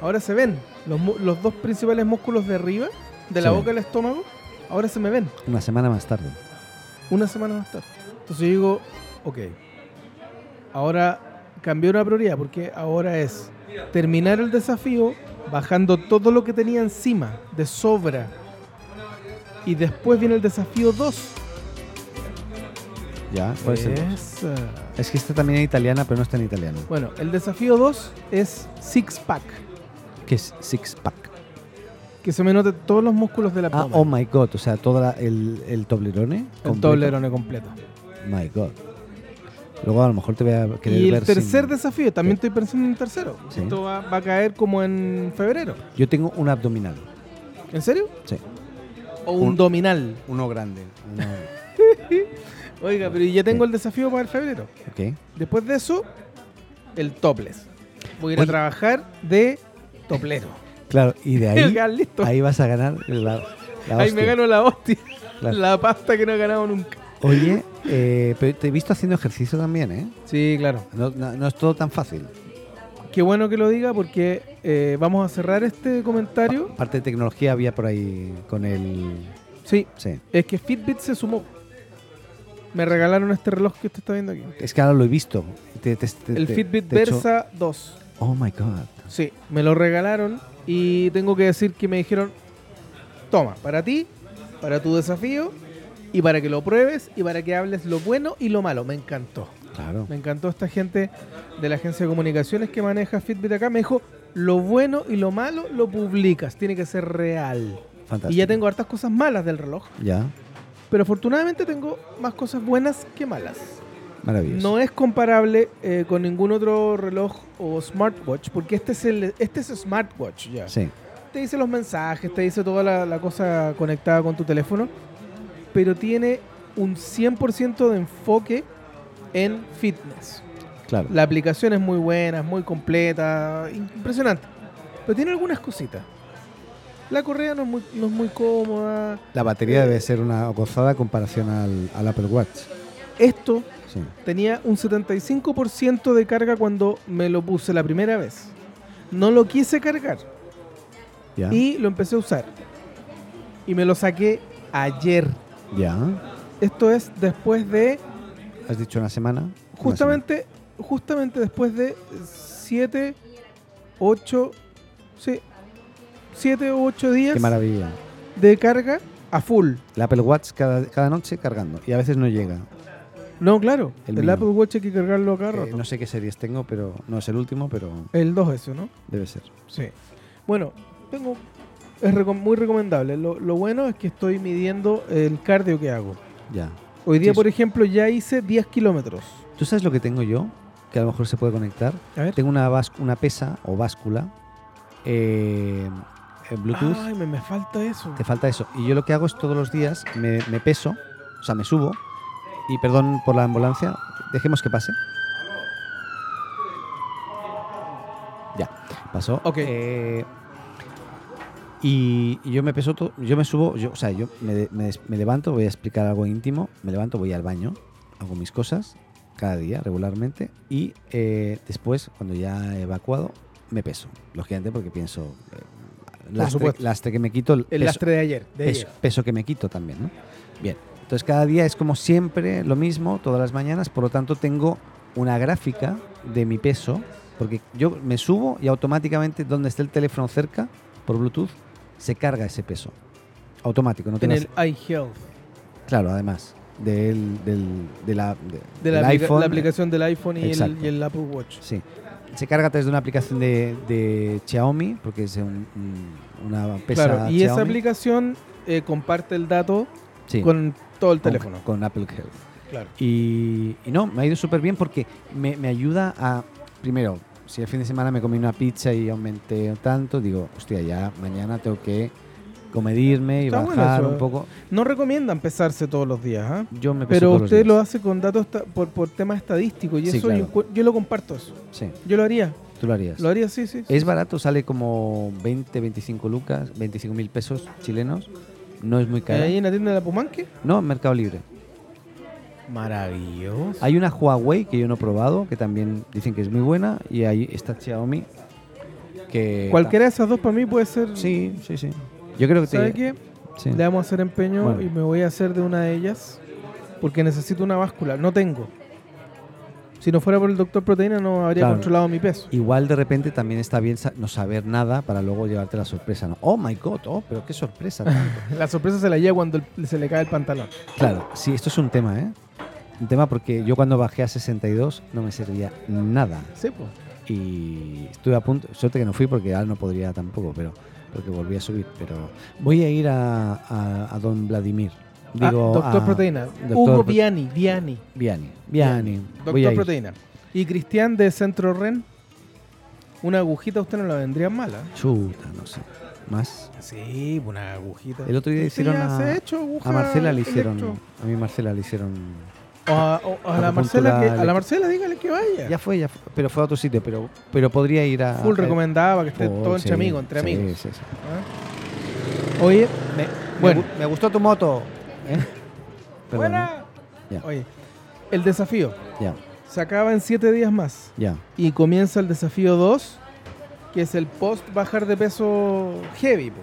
Ahora se ven los, mu- los dos principales músculos de arriba, de la
Se
boca al estómago. Ahora se me ven.
Una semana más tarde.
una semana más tarde. Entonces yo digo, ok, ahora cambió una prioridad porque ahora es terminar el desafío bajando todo lo que tenía encima de sobra. Y después viene el desafío 2.
Ya. ¿Cuál es el dos?
Esa.
Es que esta también es italiana, pero no está en italiano.
Pues. Bueno, el desafío 2 es six pack,
Que es six pack.
que se me noten todos los músculos del
Ah,
abdomen.
oh my god. O sea, todo el, el toblerone.
el
completo.
toblerone completo.
My god. Luego a lo mejor te voy a querer
Y el
ver
tercer
sin-
desafío, también estoy pensando en el tercero.
Sí.
Esto va, va a caer como en febrero.
Yo tengo un abdominal.
¿En serio?
Sí.
O un,
Un-
dominal.
Uno grande. uno-
Oiga, pero ya tengo el desafío para el febrero.
Ok.
Después de eso, el topless. Voy a ir a
Oye.
trabajar de toplero.
Claro, y de ahí,
Ya, listo.
ahí vas a ganar la, la
Ahí me
hostia.
gano la hostia.
Claro.
La pasta que no he ganado nunca.
Oye, eh, pero te he visto haciendo ejercicio también, ¿eh?
Sí, claro.
No, no- no es todo tan fácil.
Qué bueno que lo diga porque eh, vamos a cerrar este comentario.
Parte de tecnología había por ahí con el...
Sí,
Sí.
es que Fitbit se sumó. Me regalaron este reloj que usted está viendo aquí.
Es que ahora lo he visto. Te- te- te-
El
te-
Fitbit
te he hecho-
Versa 2.
Oh, my God.
Sí, me lo regalaron y tengo que decir que me dijeron, toma, para ti, para tu desafío y para que lo pruebes y para que hables lo bueno y lo malo. Me encantó.
Claro.
Me encantó esta gente de la agencia de comunicaciones que maneja Fitbit acá. Me dijo, lo bueno y lo malo lo publicas, tiene que ser real.
Fantástico.
Y ya tengo hartas cosas malas del reloj,
Ya,
pero afortunadamente tengo más cosas buenas que malas.
maravilloso.
No es comparable eh, con ningún otro reloj o smartwatch, porque este es el este es smartwatch ya.
Sí,
Te dice los mensajes, te dice toda la, la cosa conectada con tu teléfono, pero tiene un 100% de enfoque en fitness.
claro.
La aplicación es muy buena, es muy completa, impresionante. Pero tiene algunas cositas. La correa no es muy, no es muy cómoda.
La
Eh.
batería debe ser una gozada en comparación al, al Apple Watch.
Esto
Sí.
tenía un 75% de carga cuando me lo puse la primera vez. No lo quise cargar
Ya.
y lo empecé a usar. Y me lo saqué ayer.
Ya.
Esto es después de,
Has dicho una semana. Una
justamente, justamente después de 7, 8, sí, 7 u 8
semana.
días
Qué maravilla.
de carga a full.
El Apple Watch cada, cada noche cargando. Y a veces no llega.
No, claro,
El
el,
mío.
Apple Watch hay que cargarlo cada
Eh,
rato.
no sé qué series tengo, pero no es el último, pero
El 2 eso, ¿no?
debe ser.
Sí. Bueno, tengo. Es reco- muy recomendable. Lo, lo bueno es que estoy midiendo el cardio que hago.
Ya.
Hoy día,
Sí,
por
sí.
ejemplo, ya hice 10 kilómetros.
¿Tú sabes lo que tengo yo? Que a lo mejor se puede conectar.
A ver.
Tengo una, vas- una pesa o báscula eh, en Bluetooth.
Ay, me, me falta eso.
Te falta eso. Y yo lo que hago es todos los días me, me peso, o sea, me subo. Y perdón por la ambulancia, dejemos que pase. Ya, pasó.
Ok.
Eh, y, y yo me peso, todo, yo me subo, yo, o sea, yo me, de- me des- me levanto, voy a explicar algo íntimo, me levanto, voy al baño, hago mis cosas cada día regularmente y eh, después, cuando ya he evacuado, me peso. Lógicamente porque pienso, eh, lastre,
supuesto.
lastre que me quito, el
El lastre de ayer. De
peso,
ayer.
peso que me quito también, ¿no? Bien. Entonces cada día es como siempre lo mismo, todas las mañanas, por lo tanto tengo una gráfica de mi peso, porque yo me subo y automáticamente donde esté el teléfono cerca, por Bluetooth, se carga ese peso. Automático, no
En
tengo...
el iHealth.
Claro, además, del, del- de la, de-
De
del
la, aplica-
iPhone.
la aplicación del iPhone y el,
Exacto.
y el Apple Watch.
Sí. Se carga a través de una aplicación de, de Xiaomi, porque es un- un- una pesa
claro. Y esa
Xiaomi.
aplicación eh, comparte el dato
Sí.
con todo el
con-
teléfono.
Con Apple Health.
Claro.
Y, y no, me ha ido súper bien porque me, me ayuda a. Primero, si el fin de semana me comí una pizza y aumenté tanto, digo, hostia, ya mañana tengo que comedirme y
Está bueno
bajar
eso. ¿eh?
un poco.
No recomiendan pesarse todos los días, ¿ah?
Yo me peso
Pero
todos los
usted lo
días.
hace con datos ta- por, por temas estadísticos y
Sí,
eso
claro.
yo, encu- yo lo comparto eso.
Sí,
Yo lo haría.
tú lo harías.
Lo haría, sí, sí.
Es barato, sale como 20, 25 lucas, 25 mil pesos chilenos. No es muy caro.
Ahí en la tienda de la Pumanque.
No, en Mercado Libre.
Maravilloso.
Hay una Huawei que yo no he probado, que también dicen que es muy buena. Y ahí está Xiaomi. Que
Cualquiera de esas dos para mí puede ser.
Sí, sí, sí. Yo creo que
¿Sabe
te,
qué?
sí.
Le vamos a hacer empeño
Bueno.
y me voy a hacer de una de ellas. Porque necesito una báscula. No tengo. Si no fuera por el doctor Proteína, no habría
Claro.
controlado mi peso.
Igual de repente también está bien sa- no saber nada para luego llevarte la sorpresa, ¿no? Oh my god, oh, pero qué sorpresa. tanto.
La sorpresa se la lleva cuando el- se le cae el pantalón.
claro, sí, esto es un tema, ¿eh? Un tema porque yo cuando bajé a 62 no me servía nada.
Sí, pues.
Y estuve a punto, suerte que no fui porque ahora no podría tampoco, pero porque volví a subir. Pero voy a ir a, a- a don Vladimir. Digo,
Ah, doctor
a
Proteína.
Doctor
Hugo
Pro-
Viani. Viani.
Viani. Viani. Voy a
Doctor
ir.
Proteína. Y Cristian de Centro Ren. Una agujita a usted no la vendría ¿ah? mala.
Chuta, no sé. Más.
Sí, una agujita.
El otro día
Sí,
hicieron
ya
a-
se ha hecho aguja
A Marcela le
electro.
hicieron. A mí Marcela le hicieron
O a, o- o a la
Acupuntura
Marcela, que, a la
eléctrica.
Marcela dígale que vaya.
Ya fue, ya fue, pero fue a otro sitio, pero, pero podría ir a...
Full
a-
recomendada para que esté
Full,
todo
Oh, sí,
entre amigos, entre
sí,
amigos.
sí, sí.
¿Ah? Oye, me-
Bueno,
bueno,
me, gustó tu moto. ¿eh? Perdón, ¿eh?
buena.
Ya.
Oye, el desafío
Ya,
se acaba en 7 días más
ya.
y comienza el desafío 2, que es el post bajar de peso heavy. po.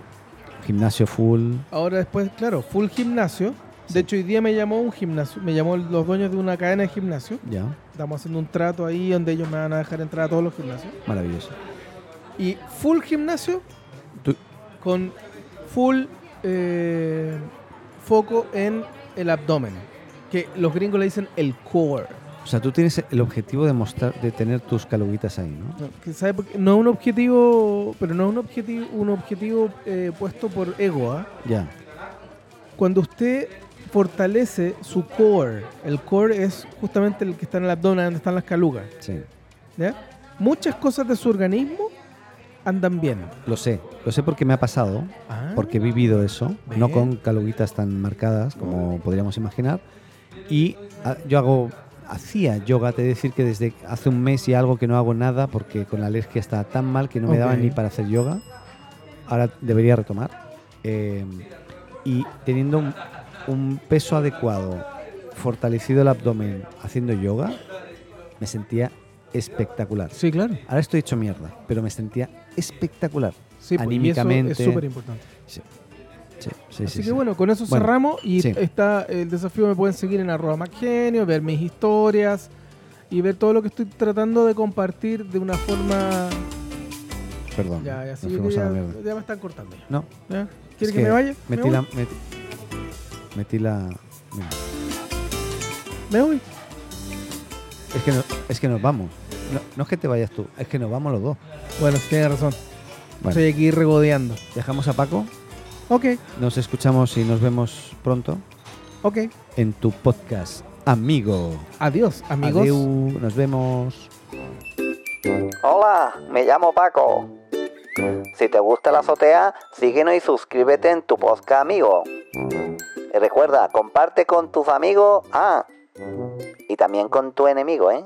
Gimnasio full.
Ahora después, claro, full gimnasio. De hecho, hoy día me llamó un gimnasio, me llamó los dueños de una cadena de gimnasio.
Ya,
Estamos haciendo un trato ahí donde ellos me van a dejar entrar a todos los gimnasios.
maravilloso.
Y full gimnasio
Tú-
con full eh, foco en el abdomen. Que los gringos le dicen el core.
O sea, tú tienes el objetivo de mostrar, de tener tus caluguitas ahí, ¿no?
No, que sabe por qué- no es un objetivo, pero no es un objetivo, un objetivo eh, puesto por ego. ¿ah?
Ya,
Cuando usted fortalece su core, el core es justamente el que está en el abdomen, donde están las calugas.
sí.
¿ya? Muchas cosas de su organismo andan bien.
Lo sé, lo sé porque me ha pasado, porque he vivido eso, no
Ve.
con caluguitas tan marcadas como podríamos imaginar. Y ah, yo hago, hacía yoga, te he de decir que desde hace un mes y algo que no hago nada porque con la alergia estaba tan mal que no me daba
Ok.
ni para hacer yoga. Ahora debería retomar. Eh, y teniendo un, un peso adecuado, fortalecido el abdomen, haciendo yoga, me sentía espectacular.
Sí, claro.
Ahora estoy hecho mierda, pero me sentía espectacular.
Sí, pues, y eso
Anímicamente.
es súper importante.
Sí, sí,
Así
sí,
que
sí.
bueno, con eso
Bueno,
cerramos y
sí.
está el desafío. Me pueden seguir en arroba genio, ver mis historias y ver todo lo que estoy tratando de compartir de una forma.
Perdón.
Ya, ya, sí,
nos
yo
fuimos
ya,
a la mierda.
ya me están cortando. ya.
No,
¿Ya?
es
¿Quieres que, me vaya?
Metí
¿Me
la.
voy?
Metí, metí la. mira,
¿Me voy?
Es que, no- es que nos vamos. No, no es que te vayas tú, es que nos vamos los dos.
Bueno, tienes razón.
Bueno,
Estoy aquí regodeando.
dejamos a Paco.
Ok,
Nos escuchamos y nos vemos pronto
ok.
en tu podcast, amigo.
Adiós, amigos.
Adeu, nos vemos.
Hola, me llamo Paco. Si te gusta la azotea, síguenos y suscríbete en tu podcast amigo. Y recuerda, comparte con tus amigos, ah, y también con tu enemigo, ¿eh?